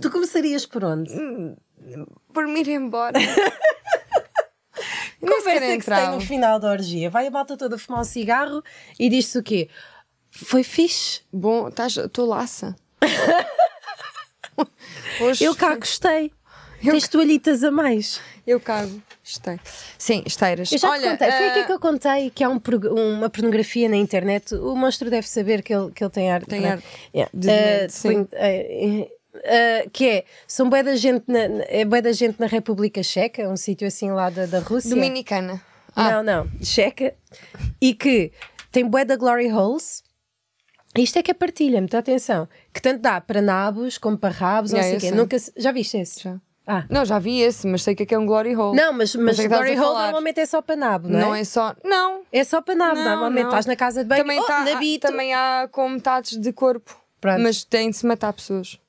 [SPEAKER 1] Tu começarias por onde?
[SPEAKER 2] Por me ir embora. Nem sequer
[SPEAKER 1] Conversa que se tem
[SPEAKER 2] entrava.
[SPEAKER 1] no final da orgia. Vai a malta toda fumar um cigarro e diz-se o quê? Foi fixe.
[SPEAKER 2] Bom, estás. Estou laça. Hoje
[SPEAKER 1] Eu cá gostei. Tens toalhitas a mais.
[SPEAKER 2] eu cago. Esteira. Sim, esteiras.
[SPEAKER 1] Eu já
[SPEAKER 2] Olha,
[SPEAKER 1] te contei. Foi
[SPEAKER 2] ah,
[SPEAKER 1] aqui que eu contei que há um prog- uma pornografia na internet. O monstro deve saber que ele, que ele tem arte.
[SPEAKER 2] Tem
[SPEAKER 1] não é?
[SPEAKER 2] ar-
[SPEAKER 1] Yeah.
[SPEAKER 2] de
[SPEAKER 1] Ah,
[SPEAKER 2] doente, sim.
[SPEAKER 1] põe- ah, ah, ah, que é, são bué da gente na, na- é bué da gente na República Checa, um sítio assim lá da, da Rússia.
[SPEAKER 2] Dominicana. Ah,
[SPEAKER 1] Não, não, checa. E que tem bué da glory holes. Isto é que é partilha, muita atenção. Que tanto dá para nabos como para rabos, não sei
[SPEAKER 2] Yeah,
[SPEAKER 1] o
[SPEAKER 2] eu
[SPEAKER 1] quê.
[SPEAKER 2] sei.
[SPEAKER 1] Nunca se- Já viste esse?
[SPEAKER 2] Já.
[SPEAKER 1] Ah.
[SPEAKER 2] Não, já vi esse, mas sei que é que é um glory hole.
[SPEAKER 1] Não, mas, mas
[SPEAKER 2] é que estás
[SPEAKER 1] glory
[SPEAKER 2] a
[SPEAKER 1] hole
[SPEAKER 2] falar.
[SPEAKER 1] normalmente é só para nabo, não,
[SPEAKER 2] Não
[SPEAKER 1] é?
[SPEAKER 2] é só. Não.
[SPEAKER 1] É só para nabo,
[SPEAKER 2] Não,
[SPEAKER 1] normalmente
[SPEAKER 2] não.
[SPEAKER 1] estás na casa de banho,
[SPEAKER 2] também,
[SPEAKER 1] oh,
[SPEAKER 2] tá-
[SPEAKER 1] nabito.
[SPEAKER 2] também há com metades de corpo.
[SPEAKER 1] Pronto.
[SPEAKER 2] Mas tem de se matar pessoas.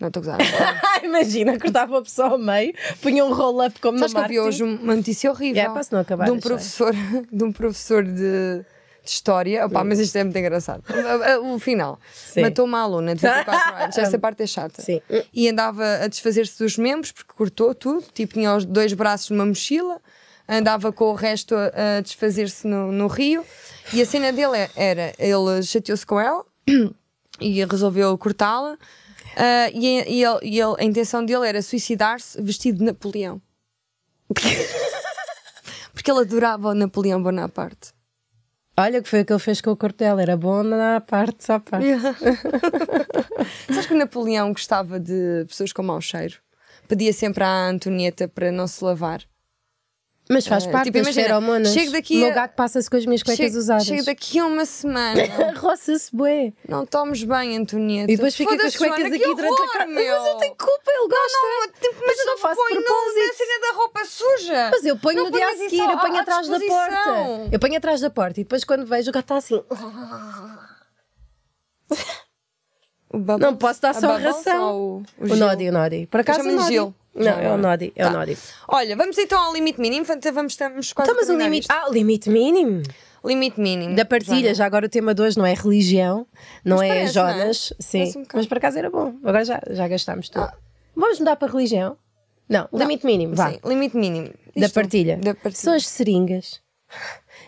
[SPEAKER 2] Não estou a gozar.
[SPEAKER 1] Ah, imagina, cortava a pessoa ao meio, punha um roll-up como
[SPEAKER 2] Sabes que
[SPEAKER 1] na
[SPEAKER 2] eu vi hoje um- uma notícia horrível.
[SPEAKER 1] Yeah, posso não acabar,
[SPEAKER 2] de um
[SPEAKER 1] deixa
[SPEAKER 2] professor De um professor de, de história. Opá, mas isto é muito engraçado. O o final.
[SPEAKER 1] Hum. Sim.
[SPEAKER 2] Matou uma aluna de 24 anos. Essa parte é chata.
[SPEAKER 1] Sim.
[SPEAKER 2] E andava a desfazer-se dos membros, porque cortou tudo. Tipo, tinha os dois braços numa mochila. Andava com o resto a, a desfazer-se no, no rio. E a cena dele é- era... Ele chateou-se com ela e resolveu cortá-la. Ah, e, e ele- e ele- a intenção dele era suicidar-se vestido de Napoleão. Porque ele adorava o Napoleão Bonaparte. um-
[SPEAKER 1] Olha o que foi o que ele fez com o corpo dela, era bom na parte, só parte.
[SPEAKER 2] É, Sabes que o Napoleão gostava de pessoas com mau cheiro? Pedia sempre à Antonieta para não se lavar.
[SPEAKER 1] Mas faz
[SPEAKER 2] Eh,
[SPEAKER 1] parte
[SPEAKER 2] tipo,
[SPEAKER 1] das
[SPEAKER 2] imagina,
[SPEAKER 1] feromonas.
[SPEAKER 2] chego daqui
[SPEAKER 1] O meu
[SPEAKER 2] a-
[SPEAKER 1] gato passa-se com as minhas cuecas
[SPEAKER 2] Chego-
[SPEAKER 1] usadas.
[SPEAKER 2] Chego daqui a um- uma semana.
[SPEAKER 1] Roça-se bué.
[SPEAKER 2] não tomes bem, Antonieta.
[SPEAKER 1] E depois fica com as
[SPEAKER 2] Foda-se,
[SPEAKER 1] cuecas
[SPEAKER 2] Joana,
[SPEAKER 1] aqui
[SPEAKER 2] que
[SPEAKER 1] durante a
[SPEAKER 2] horror,
[SPEAKER 1] cara.
[SPEAKER 2] meu.
[SPEAKER 1] Mas eu tenho culpa, ele gosta.
[SPEAKER 2] Não, mas, tipo, mas
[SPEAKER 1] eu
[SPEAKER 2] eu
[SPEAKER 1] não
[SPEAKER 2] não
[SPEAKER 1] faço
[SPEAKER 2] põe
[SPEAKER 1] propósito.
[SPEAKER 2] na cena da roupa suja.
[SPEAKER 1] Mas eu ponho
[SPEAKER 2] Não
[SPEAKER 1] no dia a
[SPEAKER 2] ponhas isso
[SPEAKER 1] seguir, eu
[SPEAKER 2] à-
[SPEAKER 1] ponho
[SPEAKER 2] à
[SPEAKER 1] atrás da porta.
[SPEAKER 2] disposição.
[SPEAKER 1] Eu ponho atrás da porta e depois quando vejo o gato está assim.
[SPEAKER 2] O bubble-
[SPEAKER 1] Não posso dar
[SPEAKER 2] a
[SPEAKER 1] só a
[SPEAKER 2] bubble
[SPEAKER 1] ração.
[SPEAKER 2] ou O,
[SPEAKER 1] O
[SPEAKER 2] gel?
[SPEAKER 1] Nodi, o Nodi. Por acaso
[SPEAKER 2] chamo-lhe
[SPEAKER 1] o Nodi.
[SPEAKER 2] Gil. Já
[SPEAKER 1] Não, é o
[SPEAKER 2] agora.
[SPEAKER 1] Nodi, é o
[SPEAKER 2] Tá.
[SPEAKER 1] Nodi.
[SPEAKER 2] Olha, vamos então ao limite mínimo. Portanto, Vamos, estamos quase
[SPEAKER 1] Então,
[SPEAKER 2] a
[SPEAKER 1] mas o
[SPEAKER 2] terminar
[SPEAKER 1] limite.
[SPEAKER 2] isto.
[SPEAKER 1] Ah, o limite mínimo.
[SPEAKER 2] Limite mínimo.
[SPEAKER 1] Da partilha, já agora o tema de hoje não é religião, não
[SPEAKER 2] Mas
[SPEAKER 1] é
[SPEAKER 2] parece, não é?
[SPEAKER 1] Jonas. Sim,
[SPEAKER 2] Parece um bocado.
[SPEAKER 1] mas por acaso era bom. Agora já, já gastámos tudo. Ah. Vamos mudar para religião? Não, limite mínimo, vá.
[SPEAKER 2] Sim, limite mínimo.
[SPEAKER 1] Da
[SPEAKER 2] Isto,
[SPEAKER 1] partilha.
[SPEAKER 2] Da partilha.
[SPEAKER 1] São as seringas.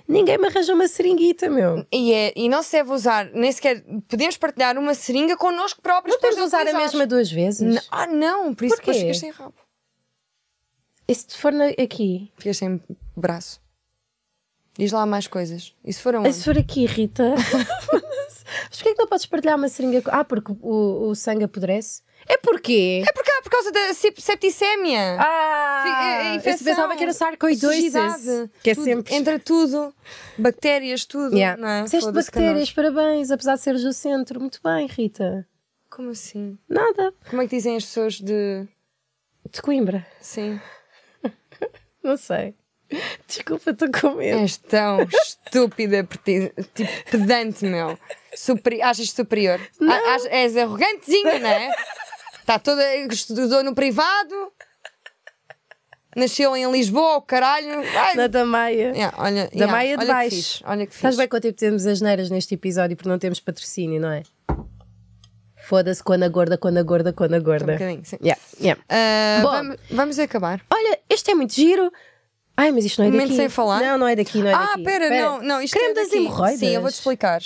[SPEAKER 1] Ninguém me arranja uma seringuita, meu.
[SPEAKER 2] E, é, e não se deve usar, nem sequer podemos partilhar uma seringa connosco próprios.
[SPEAKER 1] Não temos de
[SPEAKER 2] para
[SPEAKER 1] usar a
[SPEAKER 2] utilizar.
[SPEAKER 1] mesma duas vezes.
[SPEAKER 2] N- Ah, não, por isso
[SPEAKER 1] Porquê?
[SPEAKER 2] depois ficas sem rabo.
[SPEAKER 1] E se for na- aqui?
[SPEAKER 2] Ficas sem braço. Diz lá mais coisas. E Ah, se for
[SPEAKER 1] E
[SPEAKER 2] aonde?
[SPEAKER 1] se for aqui, Rita? Mas porquê é que não podes partilhar uma seringa? com- Ah, porque o, o sangue apodrece? É porquê?
[SPEAKER 2] É porque há por causa da sep- septicemia. Fi-
[SPEAKER 1] Ah,
[SPEAKER 2] a- a
[SPEAKER 1] eu
[SPEAKER 2] é, infecção,
[SPEAKER 1] pensava que era sarcoidosis.
[SPEAKER 2] sujidade,
[SPEAKER 1] Que é
[SPEAKER 2] tudo,
[SPEAKER 1] sempre.
[SPEAKER 2] Entra tudo. Bactérias, tudo.
[SPEAKER 1] Yeah.
[SPEAKER 2] Não é?
[SPEAKER 1] Disseste
[SPEAKER 2] Foda-se
[SPEAKER 1] bactérias, parabéns, apesar de seres do centro. Muito bem, Rita.
[SPEAKER 2] connosco. Como assim?
[SPEAKER 1] Nada.
[SPEAKER 2] Como é que dizem as pessoas de.
[SPEAKER 1] De Coimbra.
[SPEAKER 2] Sim.
[SPEAKER 1] Não sei. Desculpa, estou com medo.
[SPEAKER 2] És tão estúpida, perti- tipo, pedante, meu. Superi achas superior? A- ach- és arrogantezinha, não é? Está toda. Estudou no privado. Nasceu em Lisboa, o caralho. Ai,
[SPEAKER 1] Na da Maia.
[SPEAKER 2] yeah, olha,
[SPEAKER 1] Da
[SPEAKER 2] yeah,
[SPEAKER 1] Maia de
[SPEAKER 2] olha que
[SPEAKER 1] baixo.
[SPEAKER 2] fixe, olha que
[SPEAKER 1] Estás
[SPEAKER 2] É, fixe.
[SPEAKER 1] bem quanto tempo temos as neiras neste episódio porque não temos patrocínio, não é? Foda-se quando a gorda, quando a gorda, quando a gorda.
[SPEAKER 2] Um bocadinho, sim.
[SPEAKER 1] Yeah, yeah.
[SPEAKER 2] Ah,
[SPEAKER 1] Bom.
[SPEAKER 2] vamos, vamos acabar.
[SPEAKER 1] Olha, este é muito giro. Ai, mas isto não é
[SPEAKER 2] Momento
[SPEAKER 1] daqui.
[SPEAKER 2] sem falar.
[SPEAKER 1] Não, não é daqui, não é
[SPEAKER 2] ah,
[SPEAKER 1] daqui.
[SPEAKER 2] pera, não, não, isto
[SPEAKER 1] Creme
[SPEAKER 2] é
[SPEAKER 1] das
[SPEAKER 2] daqui.
[SPEAKER 1] hemorroidas.
[SPEAKER 2] Sim, eu vou-te explicar.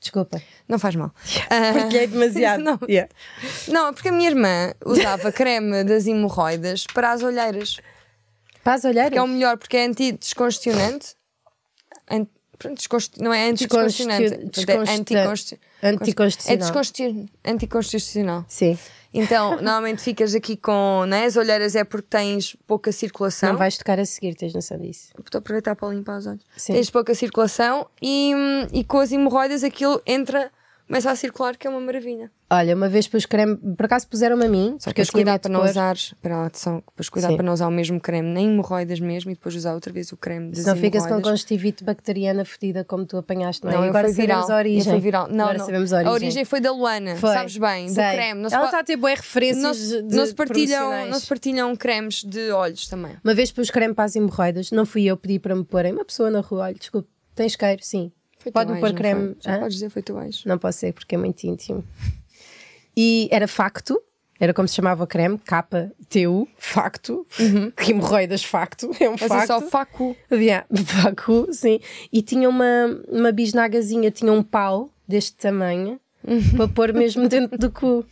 [SPEAKER 1] Desculpa.
[SPEAKER 2] Não faz mal.
[SPEAKER 1] Partilhei
[SPEAKER 2] Ah,
[SPEAKER 1] é demasiado.
[SPEAKER 2] não,
[SPEAKER 1] Yeah.
[SPEAKER 2] não, porque a minha irmã usava creme das hemorroidas para as olheiras.
[SPEAKER 1] Para as olheiras.
[SPEAKER 2] que é o melhor porque é antidescongestionante. An- pronto, desconsti- não é antidescongestionante,
[SPEAKER 1] Desconsti-
[SPEAKER 2] portanto, é anticonsti-
[SPEAKER 1] Anticonstitucional.
[SPEAKER 2] É desconsti- anticonstitucional.
[SPEAKER 1] Sim.
[SPEAKER 2] Então, normalmente ficas aqui com né, as olheiras é porque tens pouca circulação.
[SPEAKER 1] Não vais tocar a seguir, tens noção disso.
[SPEAKER 2] Estou a aproveitar para limpar os olhos.
[SPEAKER 1] Sim.
[SPEAKER 2] Tens pouca circulação e, hum, e com as hemorroidas aquilo entra, começa a circular, que é uma maravilha.
[SPEAKER 1] Olha, uma vez pus creme, por acaso puseram-me a mim,
[SPEAKER 2] Só
[SPEAKER 1] porque
[SPEAKER 2] que
[SPEAKER 1] eu
[SPEAKER 2] depois
[SPEAKER 1] tinha
[SPEAKER 2] cuidar
[SPEAKER 1] medo
[SPEAKER 2] para
[SPEAKER 1] de
[SPEAKER 2] não
[SPEAKER 1] pôr.
[SPEAKER 2] usar, para lá, são- depois cuidar
[SPEAKER 1] Sim.
[SPEAKER 2] para não usar o mesmo creme, nem hemorroidas mesmo, e depois usar outra vez o creme das
[SPEAKER 1] Senão fica-se com
[SPEAKER 2] hemorroidas.
[SPEAKER 1] congestivite bacteriana fodida como tu apanhaste, não é?
[SPEAKER 2] Não,
[SPEAKER 1] E
[SPEAKER 2] eu
[SPEAKER 1] agora
[SPEAKER 2] fui viral.
[SPEAKER 1] sabemos a origem.
[SPEAKER 2] Eu fui viral. Não,
[SPEAKER 1] agora
[SPEAKER 2] não.
[SPEAKER 1] sabemos a origem.
[SPEAKER 2] foi tá da Luana,
[SPEAKER 1] Foi.
[SPEAKER 2] sabes bem,
[SPEAKER 1] Sei.
[SPEAKER 2] do creme. Não se,
[SPEAKER 1] Ela
[SPEAKER 2] pa-
[SPEAKER 1] está a ter boas referências
[SPEAKER 2] não se-
[SPEAKER 1] de
[SPEAKER 2] não se partilham,
[SPEAKER 1] profissionais.
[SPEAKER 2] não se partilham cremes de olhos também.
[SPEAKER 1] Uma vez pus creme para as hemorroidas, não fui eu pedir para me porem. Uma pessoa na rua, olha, desculpe, tens queiro? Sim.
[SPEAKER 2] Foi teu
[SPEAKER 1] Pode-me
[SPEAKER 2] ex,
[SPEAKER 1] pôr
[SPEAKER 2] não
[SPEAKER 1] creme.
[SPEAKER 2] foi? Já
[SPEAKER 1] Hã?
[SPEAKER 2] podes dizer foi tu ex.
[SPEAKER 1] Não posso ser porque é muito íntimo. E era facto, era como se chamava o creme, KTU, facto, hemorroidas facto, é um
[SPEAKER 2] Uhum. Mas
[SPEAKER 1] facto.
[SPEAKER 2] é só facu.
[SPEAKER 1] Yeah, Baku, sim. E tinha uma, uma bisnagazinha, tinha um pau deste tamanho
[SPEAKER 2] Uhum.
[SPEAKER 1] para pôr mesmo dentro do cu.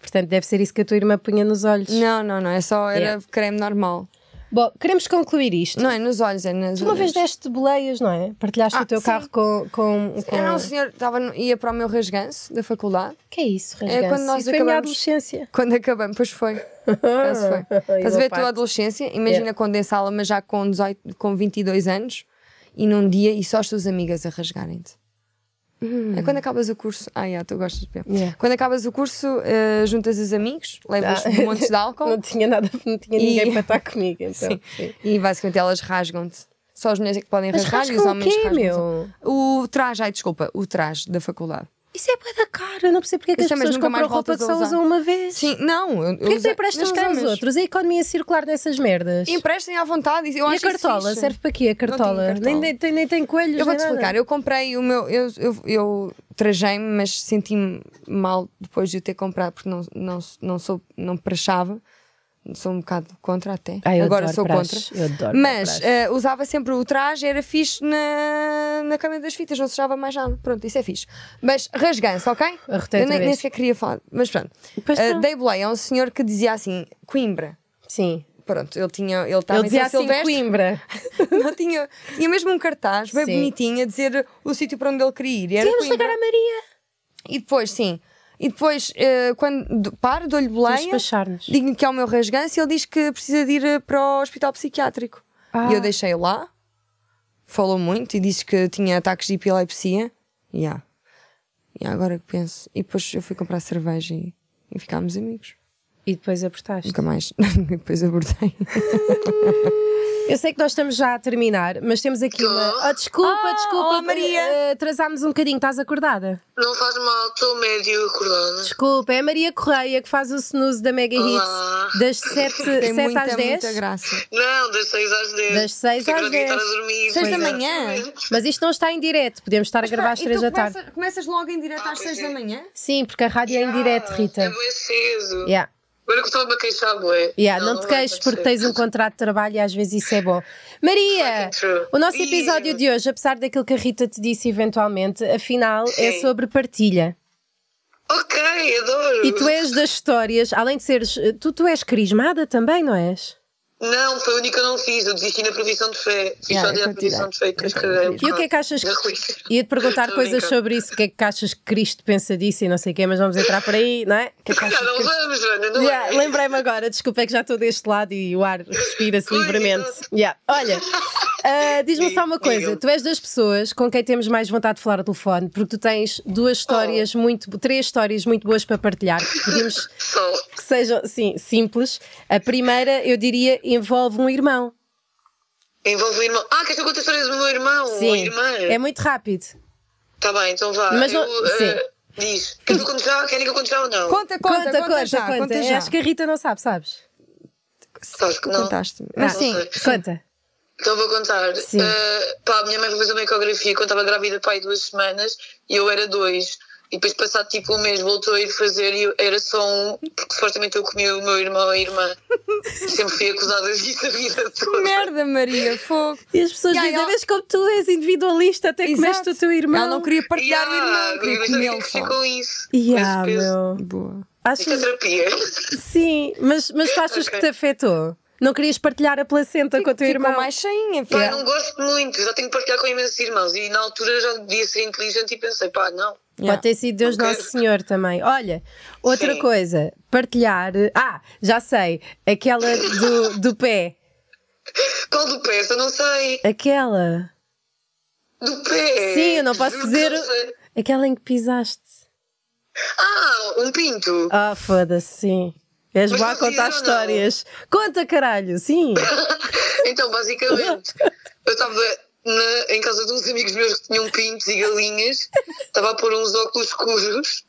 [SPEAKER 1] Portanto, deve ser isso que a tua irmã punha nos olhos.
[SPEAKER 2] Não, não, não, é só era
[SPEAKER 1] Yeah.
[SPEAKER 2] creme normal.
[SPEAKER 1] Bom, queremos concluir isto.
[SPEAKER 2] Não é nos olhos, é nas
[SPEAKER 1] Tu uma vez
[SPEAKER 2] orelhas.
[SPEAKER 1] deste boleias, não é? Partilhaste
[SPEAKER 2] Ah,
[SPEAKER 1] o teu
[SPEAKER 2] sim.
[SPEAKER 1] carro com. com, com...
[SPEAKER 2] Eu não, o senhor estava no- ia para o meu rasganço da faculdade.
[SPEAKER 1] Que é isso,
[SPEAKER 2] É quando nós
[SPEAKER 1] isso foi a minha
[SPEAKER 2] acabamos-
[SPEAKER 1] adolescência.
[SPEAKER 2] Quando acabamos, pois foi. Esse foi. Estás a ver a tua adolescência? Imagina
[SPEAKER 1] Yeah.
[SPEAKER 2] quando dessa aula, mas já com, 18, com 22 anos e num dia e só as tuas amigas a rasgarem-te. É quando acabas o curso. Ah, yeah, tu gostas de pior.
[SPEAKER 1] Hum. Yeah.
[SPEAKER 2] Quando acabas o curso, eh, juntas os amigos, levas
[SPEAKER 1] Ah.
[SPEAKER 2] montes de álcool
[SPEAKER 1] Não tinha nada, não tinha
[SPEAKER 2] E-
[SPEAKER 1] ninguém para estar comigo, então.
[SPEAKER 2] Sim.
[SPEAKER 1] sim.
[SPEAKER 2] e basicamente elas rasgam-te. Só as mulheres é que podem
[SPEAKER 1] Mas
[SPEAKER 2] rasgar e os
[SPEAKER 1] rasgam o
[SPEAKER 2] homens
[SPEAKER 1] quê,
[SPEAKER 2] rasgam.
[SPEAKER 1] meu?
[SPEAKER 2] O traje, ai desculpa, o traje da faculdade.
[SPEAKER 1] Isso é bué da cara, eu não percebo porque é que
[SPEAKER 2] Isso
[SPEAKER 1] as
[SPEAKER 2] também
[SPEAKER 1] pessoas
[SPEAKER 2] nunca mais
[SPEAKER 1] compram roupa que
[SPEAKER 2] voltas a
[SPEAKER 1] só
[SPEAKER 2] usar.
[SPEAKER 1] usam uma vez.
[SPEAKER 2] Sim, não. Eu,
[SPEAKER 1] Porquê que tu emprestas cá aos outros? A economia circular dessas merdas. E
[SPEAKER 2] Emprestem à vontade. Eu
[SPEAKER 1] a
[SPEAKER 2] acho isso
[SPEAKER 1] cartola?
[SPEAKER 2] fixe.
[SPEAKER 1] Serve para quê a cartola?
[SPEAKER 2] tenho cartola.
[SPEAKER 1] Nem, nem, tem- nem tem coelhos,
[SPEAKER 2] Eu vou-te
[SPEAKER 1] nem nada.
[SPEAKER 2] explicar. Eu comprei o meu. Eu, eu, eu trajei-me, mas senti-me mal depois de o ter comprado porque não, não, não sou. Não prachava. Sou um bocado contra até.
[SPEAKER 1] Ah, eu
[SPEAKER 2] Agora
[SPEAKER 1] adoro
[SPEAKER 2] sou
[SPEAKER 1] praxe.
[SPEAKER 2] contra.
[SPEAKER 1] Eu adoro
[SPEAKER 2] mas
[SPEAKER 1] praxe.
[SPEAKER 2] eh, usava sempre o traje, era fixe na, na câmera das fitas, não se usava mais nada. Pronto, isso é fixe. Mas rasgança, ok?
[SPEAKER 1] Arrotei
[SPEAKER 2] Eu
[SPEAKER 1] outra
[SPEAKER 2] nem,
[SPEAKER 1] vez.
[SPEAKER 2] nem sequer queria falar. Mas pronto.
[SPEAKER 1] Pois
[SPEAKER 2] Eh,
[SPEAKER 1] não.
[SPEAKER 2] dei boleia a um senhor que dizia assim: Coimbra.
[SPEAKER 1] Sim.
[SPEAKER 2] Pronto, ele tinha. Ele estava
[SPEAKER 1] Ele
[SPEAKER 2] em
[SPEAKER 1] dizia
[SPEAKER 2] São
[SPEAKER 1] assim
[SPEAKER 2] Tá, é Silvestre.
[SPEAKER 1] Coimbra.
[SPEAKER 2] Não tinha, tinha mesmo um cartaz bem
[SPEAKER 1] Sim.
[SPEAKER 2] bonitinho a dizer o sítio para onde ele queria ir. e Era
[SPEAKER 1] Tínhamos de
[SPEAKER 2] Coimbra.
[SPEAKER 1] ligar à Maria.
[SPEAKER 2] E depois, sim. E depois, eh, quando do- paro, dou-lhe
[SPEAKER 1] Temos de
[SPEAKER 2] boleia,
[SPEAKER 1] despachar-nos.
[SPEAKER 2] digo-lhe que é o meu rasganço e ele diz que precisa de ir eh, para o hospital psiquiátrico.
[SPEAKER 1] Ah.
[SPEAKER 2] E eu deixei lá. Falou muito e disse que tinha ataques de epilepsia. Yeah. E agora que penso. E depois eu fui comprar cerveja e, e ficámos amigos.
[SPEAKER 1] E depois apertaste.
[SPEAKER 2] Nunca mais. depois abortei.
[SPEAKER 1] Eu sei que nós estamos já a terminar, mas temos aqui uma. Oh, desculpa,
[SPEAKER 2] Ah,
[SPEAKER 1] desculpa,
[SPEAKER 2] oh, Maria.
[SPEAKER 1] eh, atrasámos um bocadinho. Estás acordada?
[SPEAKER 3] Não faz mal, estou médio acordada.
[SPEAKER 1] Desculpa, é a Maria Correia que faz o snooze da Mega
[SPEAKER 3] Olá.
[SPEAKER 1] Hits das 7,
[SPEAKER 2] Tem muita,
[SPEAKER 1] às 10.
[SPEAKER 2] muita graça.
[SPEAKER 3] Não, das 6 às 10.
[SPEAKER 1] Das seis
[SPEAKER 3] Sei que
[SPEAKER 1] às
[SPEAKER 3] não devia
[SPEAKER 1] dez.
[SPEAKER 3] estar a dormir.
[SPEAKER 2] Seis da
[SPEAKER 3] Pois é.
[SPEAKER 2] manhã.
[SPEAKER 1] Mas isto não está em direto, podemos estar a gravar às 3
[SPEAKER 3] então
[SPEAKER 1] da tarde.
[SPEAKER 2] começas, começas logo em direto às
[SPEAKER 3] pois
[SPEAKER 2] 6
[SPEAKER 3] é.
[SPEAKER 2] da manhã?
[SPEAKER 1] Sim, porque a rádio é em direto,
[SPEAKER 3] É
[SPEAKER 1] Rita.
[SPEAKER 3] bem cedo.
[SPEAKER 1] Yeah.
[SPEAKER 3] Agora que estou-me a queixar, bué.
[SPEAKER 1] Yeah, não, te
[SPEAKER 3] vai
[SPEAKER 1] queixes porque
[SPEAKER 3] acontecer.
[SPEAKER 1] tens um contrato de trabalho e às vezes isso é bom. Maria,
[SPEAKER 3] Fucking true.
[SPEAKER 1] o nosso
[SPEAKER 3] Diz-me.
[SPEAKER 1] episódio de hoje, apesar daquilo que a Rita te disse eventualmente, afinal é
[SPEAKER 3] Sim.
[SPEAKER 1] sobre partilha.
[SPEAKER 3] Ok, adoro.
[SPEAKER 1] E tu é- és das histórias, além de seres. eh, Tu, tu és crismada também, não és?
[SPEAKER 3] Não, foi a única que eu não fiz. Eu desisti na previsão de fé. Fiz
[SPEAKER 2] Yeah,
[SPEAKER 3] só de
[SPEAKER 2] eu
[SPEAKER 3] a previsão de fé que eu
[SPEAKER 2] tirei.
[SPEAKER 3] escrevi.
[SPEAKER 1] E o que é que achas?
[SPEAKER 3] Da um Rita.
[SPEAKER 1] Ia te perguntar
[SPEAKER 3] Tô a
[SPEAKER 1] coisas
[SPEAKER 3] brincar.
[SPEAKER 1] sobre isso, o que é que achas que Cristo pensa disso e não sei o quê, mas vamos entrar por aí, não é? O Que é que achas
[SPEAKER 3] Já não
[SPEAKER 1] que-
[SPEAKER 3] vamos, Joana, não
[SPEAKER 1] Yeah,
[SPEAKER 3] é?
[SPEAKER 1] Lembrei-me agora, desculpa, é que já estou deste lado e o ar respira-se
[SPEAKER 3] Coisa
[SPEAKER 1] livremente.
[SPEAKER 3] doce.
[SPEAKER 1] Yeah. Olha, ah, diz-me
[SPEAKER 3] Diga,
[SPEAKER 1] só uma coisa:
[SPEAKER 3] diga.
[SPEAKER 1] tu és das pessoas com quem temos mais vontade de falar ao telefone, porque tu tens
[SPEAKER 3] Oh.
[SPEAKER 1] duas histórias muito, três histórias muito boas para partilhar, que podemos
[SPEAKER 3] Só.
[SPEAKER 1] que sejam sim, simples. A primeira, eu diria, envolve um irmão.
[SPEAKER 3] Envolve o irmão. Ah, queres que eu conte as histórias do meu Um irmão? Ou
[SPEAKER 1] sim,
[SPEAKER 3] irmã?
[SPEAKER 1] é muito rápido.
[SPEAKER 3] Tá bem, então vá.
[SPEAKER 1] Mas não-
[SPEAKER 3] Eu, eh,
[SPEAKER 1] sim.
[SPEAKER 3] diz. Queres que eu conte já? Querem que eu conte já ou não?
[SPEAKER 2] Conta, Ah, conta, conta, já, conta, já.
[SPEAKER 1] É, Acho que a Rita não sabe, sabes?
[SPEAKER 3] Sabes que não.
[SPEAKER 2] Contaste-me.
[SPEAKER 1] Ah,
[SPEAKER 2] Mas sim,
[SPEAKER 3] sei.
[SPEAKER 1] Conta.
[SPEAKER 3] Então vou contar.
[SPEAKER 1] Sim.
[SPEAKER 3] Eh, pá, a minha mãe foi fazer uma ecografia quando estava grávida, pá, aí duas semanas e eu era dois. E depois, passado tipo um mês, voltou a ir fazer e eu era só um, porque supostamente eu comi o meu irmão e a irmã. Sempre fui acusada disso a vida toda.
[SPEAKER 2] merda, Maria, fogo.
[SPEAKER 1] E as pessoas
[SPEAKER 2] Yeah,
[SPEAKER 1] dizem,
[SPEAKER 2] ela-
[SPEAKER 1] vês como tu és individualista, até É comeste
[SPEAKER 2] Exato.
[SPEAKER 1] o teu irmão.
[SPEAKER 2] Ela não queria partilhar o irmão,
[SPEAKER 3] mas
[SPEAKER 2] queria
[SPEAKER 3] ah, eu tenho
[SPEAKER 2] comê-lo
[SPEAKER 3] que
[SPEAKER 2] só.
[SPEAKER 3] ficar com isso.
[SPEAKER 1] Yeah,
[SPEAKER 3] com esse peso.
[SPEAKER 1] ah, meu.
[SPEAKER 2] Boa.
[SPEAKER 1] Achas-
[SPEAKER 3] Isto é terapia.
[SPEAKER 1] Sim, mas, mas tu achas que
[SPEAKER 3] Ok.
[SPEAKER 1] te afetou? Não querias partilhar a placenta com o teu
[SPEAKER 2] Ficou
[SPEAKER 1] irmão?
[SPEAKER 2] mais cheinha,
[SPEAKER 3] Pá,
[SPEAKER 2] filha.
[SPEAKER 3] não gosto muito, já tenho que partilhar com imensos irmãos. E na altura já devia ser inteligente e pensei, pá, não.
[SPEAKER 2] Yeah.
[SPEAKER 1] Pode ter sido Deus
[SPEAKER 3] Ok.
[SPEAKER 1] Nosso Senhor também. Olha, outra
[SPEAKER 3] Sim.
[SPEAKER 1] coisa, partilhar. Ah, já sei, aquela do, do pé.
[SPEAKER 3] Qual do pé? Eu não sei.
[SPEAKER 1] Aquela.
[SPEAKER 3] Do pé.
[SPEAKER 1] Sim, eu não posso
[SPEAKER 3] Juro que
[SPEAKER 1] dizer.
[SPEAKER 3] não sei.
[SPEAKER 1] Aquela em que pisaste.
[SPEAKER 3] Ah, um pinto.
[SPEAKER 1] Ah, foda-se, sim. És
[SPEAKER 3] Mas
[SPEAKER 1] boa a
[SPEAKER 3] não
[SPEAKER 1] contar
[SPEAKER 3] fizeram, não?
[SPEAKER 1] histórias. Conta, caralho, sim.
[SPEAKER 3] Então, basicamente, eu estava na- em casa de uns amigos meus que tinham pintos e galinhas, estava a pôr uns óculos escuros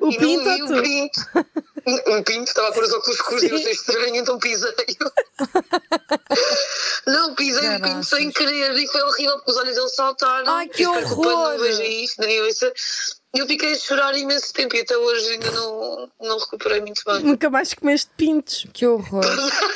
[SPEAKER 1] O
[SPEAKER 3] e
[SPEAKER 1] Um pinto
[SPEAKER 3] não
[SPEAKER 1] ou
[SPEAKER 3] vi o
[SPEAKER 1] tu?
[SPEAKER 3] pinto. Um pinto, estava a pôr os óculos escuros e eu achei estranho, então pisei. Não, pisei o pinto
[SPEAKER 2] Caraças.
[SPEAKER 3] sem querer e foi horrível porque os olhos dele saltaram.
[SPEAKER 2] Ai, que
[SPEAKER 3] Eu espero o pai
[SPEAKER 2] horror!
[SPEAKER 3] não veja isto na minha cabeça. E Eu fiquei a chorar imenso tempo e até hoje ainda não, não recuperei muito bem.
[SPEAKER 1] Nunca mais comeste pintos.
[SPEAKER 2] Que horror.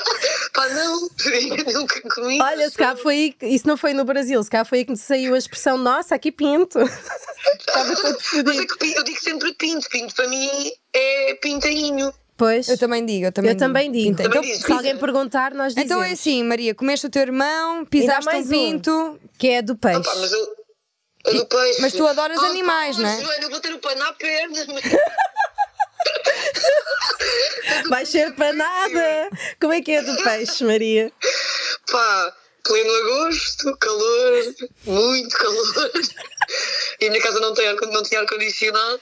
[SPEAKER 3] Pá, não, nunca comi.
[SPEAKER 1] Olha, se cá foi aí, que- isso não foi no Brasil, se cá foi aí que saiu a expressão, nossa, aqui pinto. Estava todo
[SPEAKER 3] Mas é
[SPEAKER 1] fodido.
[SPEAKER 3] que pi- eu digo sempre pinto, pinto para mim é pintainho.
[SPEAKER 1] Pois.
[SPEAKER 2] Eu também digo, eu também
[SPEAKER 1] Eu também digo.
[SPEAKER 2] Então,
[SPEAKER 3] Também
[SPEAKER 1] Então,
[SPEAKER 3] digo.
[SPEAKER 1] se alguém perguntar, nós dizemos.
[SPEAKER 2] então é assim, Maria, comeste o teu irmão, pisaste
[SPEAKER 1] mais
[SPEAKER 2] um
[SPEAKER 1] um.
[SPEAKER 2] pinto.
[SPEAKER 1] Que é do peixe.
[SPEAKER 3] Ah, Pá, mas eu. eu do peixe.
[SPEAKER 2] Mas tu adoras
[SPEAKER 3] Oh,
[SPEAKER 2] animais,
[SPEAKER 3] pá,
[SPEAKER 2] não é?
[SPEAKER 3] Joana, eu vou ter o pano à perna. mas- é
[SPEAKER 1] Vai ser para nada. Como é que é do peixe, Maria?
[SPEAKER 3] Pá, pleno agosto, calor, muito calor. E a minha casa não, tem ar, não tinha ar-condicionado.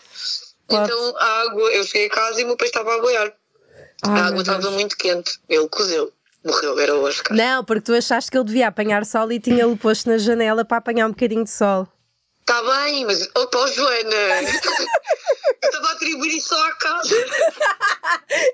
[SPEAKER 1] Claro.
[SPEAKER 3] Então a água, eu cheguei a casa e o meu peixe estava a boiar.
[SPEAKER 2] Ai,
[SPEAKER 3] a
[SPEAKER 2] Ah, meu
[SPEAKER 3] água estava
[SPEAKER 2] Deus.
[SPEAKER 3] muito quente. Ele cozeu. Morreu, era hoje, cara.
[SPEAKER 1] Não, porque tu achaste que ele devia apanhar sol e tinha-lhe posto na janela para apanhar um bocadinho de sol.
[SPEAKER 3] Está bem, mas. Oh, pá, Joana! eu estava a atribuir isso à casa.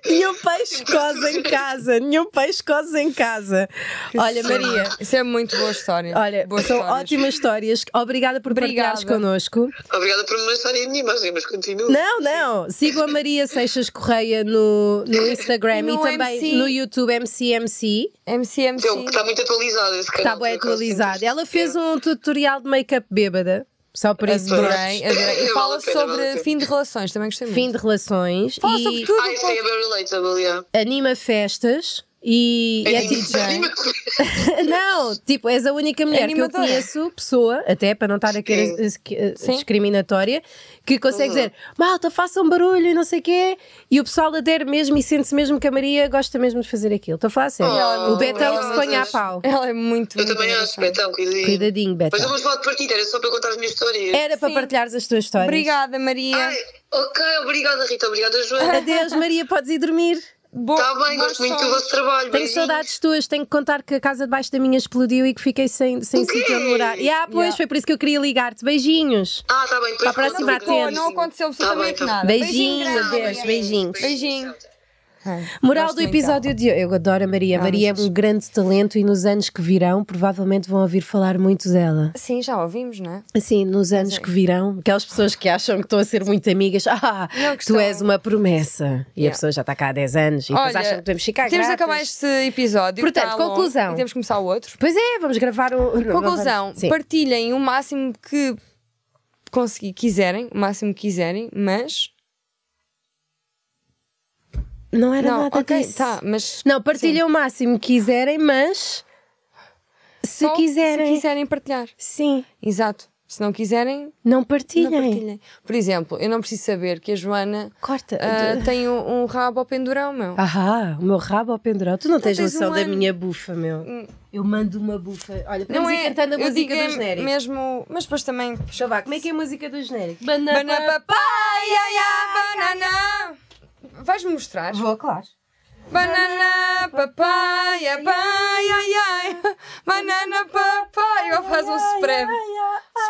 [SPEAKER 1] Nenhum peixe cose em casa. Nenhum peixe cose em casa. Olha, Maria.
[SPEAKER 2] Isso é muito boa história.
[SPEAKER 1] Olha,
[SPEAKER 2] Boas
[SPEAKER 1] são
[SPEAKER 2] histórias.
[SPEAKER 1] ótimas histórias. Obrigada por
[SPEAKER 2] Obrigada.
[SPEAKER 1] partilhares connosco.
[SPEAKER 3] Obrigada por me lançarem a minha imagem, mas continua.
[SPEAKER 1] Não, não. Sigam a Maria Seixas Correia no, no Instagram
[SPEAKER 2] E no
[SPEAKER 1] e também
[SPEAKER 2] MC.
[SPEAKER 1] no YouTube MCMC.
[SPEAKER 2] MCMC.
[SPEAKER 3] Então, está muito atualizado esse canal.
[SPEAKER 1] Está Tá bem
[SPEAKER 3] por acaso,
[SPEAKER 1] atualizado.
[SPEAKER 3] tem
[SPEAKER 1] Ela fez um tutorial de make-up bêbada, só por isso.
[SPEAKER 3] Adorei.
[SPEAKER 2] Adorei, adorei. E fala
[SPEAKER 3] Vale a pena, vale a
[SPEAKER 2] sobre
[SPEAKER 3] pena.
[SPEAKER 2] fim de relações, também gostei muito.
[SPEAKER 1] Fim de relações
[SPEAKER 2] Fala
[SPEAKER 1] e
[SPEAKER 2] sobre tudo.
[SPEAKER 3] Ah, isso aí é bem relatable, yeah.
[SPEAKER 1] anima festas E, e é tipo já. não, tipo, és a única mulher
[SPEAKER 2] Animadora.
[SPEAKER 1] que eu conheço, pessoa, até para não estar a querer
[SPEAKER 3] Sim. Uhum.
[SPEAKER 1] eh, que- eh, discriminatória, que consegue dizer malta, façam barulho e não sei o quê. E o pessoal adere mesmo e sente-se mesmo que a Maria gosta mesmo de fazer aquilo. Estou a falar sério.
[SPEAKER 3] Oh,
[SPEAKER 1] o Betão
[SPEAKER 3] meu
[SPEAKER 1] que se põe a
[SPEAKER 3] Deus.
[SPEAKER 1] pau.
[SPEAKER 2] Ela é muito.
[SPEAKER 3] Eu
[SPEAKER 2] muito
[SPEAKER 3] também acho,
[SPEAKER 2] engraçada.
[SPEAKER 3] então, cuidadinho.
[SPEAKER 1] Cuidadinho,
[SPEAKER 3] Mas
[SPEAKER 1] Betão.
[SPEAKER 3] vamos falar de partida, era só para eu contar as minhas histórias.
[SPEAKER 1] Era para
[SPEAKER 2] Sim.
[SPEAKER 1] partilhares as tuas histórias.
[SPEAKER 2] Obrigada, Maria.
[SPEAKER 3] é. Ai, ok, obrigada Rita, obrigada Joana.
[SPEAKER 1] Adeus, Maria, podes ir dormir.
[SPEAKER 2] Boa.
[SPEAKER 3] Está tá bem, gosto muito do vosso trabalho.
[SPEAKER 1] Tenho
[SPEAKER 3] beijinhos.
[SPEAKER 1] saudades tuas, tenho que contar que a casa debaixo da minha explodiu e que fiquei sem, sem
[SPEAKER 3] O quê?
[SPEAKER 1] sítio onde morar. E ah, pois,
[SPEAKER 2] Yeah.
[SPEAKER 1] foi por isso que eu queria ligar-te. Beijinhos.
[SPEAKER 3] Ah, está bem, depois
[SPEAKER 1] Para a
[SPEAKER 3] conto.
[SPEAKER 1] próxima
[SPEAKER 2] Pô,
[SPEAKER 1] atende.
[SPEAKER 2] não aconteceu absolutamente
[SPEAKER 3] Tá bem, tá
[SPEAKER 2] nada.
[SPEAKER 3] bem.
[SPEAKER 1] Beijinho,
[SPEAKER 2] grande,
[SPEAKER 1] adeus,
[SPEAKER 2] Maria.
[SPEAKER 1] beijinhos.
[SPEAKER 2] Beijinho.
[SPEAKER 1] Moral
[SPEAKER 2] Gosto
[SPEAKER 1] do
[SPEAKER 2] muito Ah,
[SPEAKER 1] episódio de hoje. Eu adoro a Maria. A Maria é
[SPEAKER 2] mas-
[SPEAKER 1] um grande talento e nos anos que virão, provavelmente vão ouvir falar muito dela.
[SPEAKER 2] Sim, já ouvimos, não é?
[SPEAKER 1] Assim, nos anos que virão, aquelas pessoas que acham que estão a ser muito amigas, ah,
[SPEAKER 2] Não, que
[SPEAKER 1] tu
[SPEAKER 2] estão-
[SPEAKER 1] és uma promessa. E a
[SPEAKER 2] Yeah.
[SPEAKER 1] pessoa já está cá há 10 anos e depois acham que podemos ficar
[SPEAKER 2] temos de
[SPEAKER 1] grátis.
[SPEAKER 2] acabar este episódio. que
[SPEAKER 1] Portanto,
[SPEAKER 2] está longo,
[SPEAKER 1] conclusão.
[SPEAKER 2] E temos que começar o outro.
[SPEAKER 1] Pois é, vamos gravar o.
[SPEAKER 2] Conclusão:
[SPEAKER 1] Sim.
[SPEAKER 2] partilhem o máximo que conseguir, quiserem, o máximo que quiserem, mas.
[SPEAKER 1] Não era
[SPEAKER 2] não,
[SPEAKER 1] nada
[SPEAKER 2] ok,
[SPEAKER 1] disso.
[SPEAKER 2] tá, mas.
[SPEAKER 1] Não, partilhem o máximo que quiserem, mas. Se
[SPEAKER 2] Só
[SPEAKER 1] quiserem.
[SPEAKER 2] Se quiserem partilhar.
[SPEAKER 1] Sim,
[SPEAKER 2] Exato. Se não quiserem,
[SPEAKER 1] não partilhem.
[SPEAKER 2] não partilhem. Por exemplo, eu não preciso saber que a Joana
[SPEAKER 1] Corta.
[SPEAKER 2] ah,
[SPEAKER 1] De-
[SPEAKER 2] tem um, um rabo ao pendurão, meu.
[SPEAKER 1] Ah, o meu rabo ao pendurado. Tu não tens
[SPEAKER 2] tens
[SPEAKER 1] noção
[SPEAKER 2] um
[SPEAKER 1] da
[SPEAKER 2] ano.
[SPEAKER 1] minha bufa, meu. Eu mando uma bufa. Olha, podemos ir cantando a
[SPEAKER 2] eu
[SPEAKER 1] música
[SPEAKER 2] digo é
[SPEAKER 1] do genérico.
[SPEAKER 2] mesmo, mas depois também.
[SPEAKER 1] Deixa eu ver, como é que é a música do genérico?
[SPEAKER 2] Banana papai, ai, ai, banana. Vais-me mostrar?
[SPEAKER 1] Vou, claro.
[SPEAKER 2] Banana papai, ai, ai, ai, banana papai. Agora faz um spray.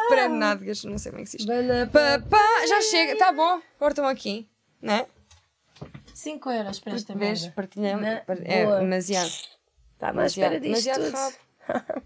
[SPEAKER 2] Spray de nádegas, não sei como é que se diz. Papá, já chega, tá bom, cortam aqui, né?
[SPEAKER 1] 5 euros para esta
[SPEAKER 2] Vês,
[SPEAKER 1] merda.
[SPEAKER 2] partilhamos,
[SPEAKER 1] Na
[SPEAKER 2] é
[SPEAKER 1] boa.
[SPEAKER 2] demasiado.
[SPEAKER 1] Estava à espera disto
[SPEAKER 2] demasiado
[SPEAKER 1] tudo.
[SPEAKER 2] rabo.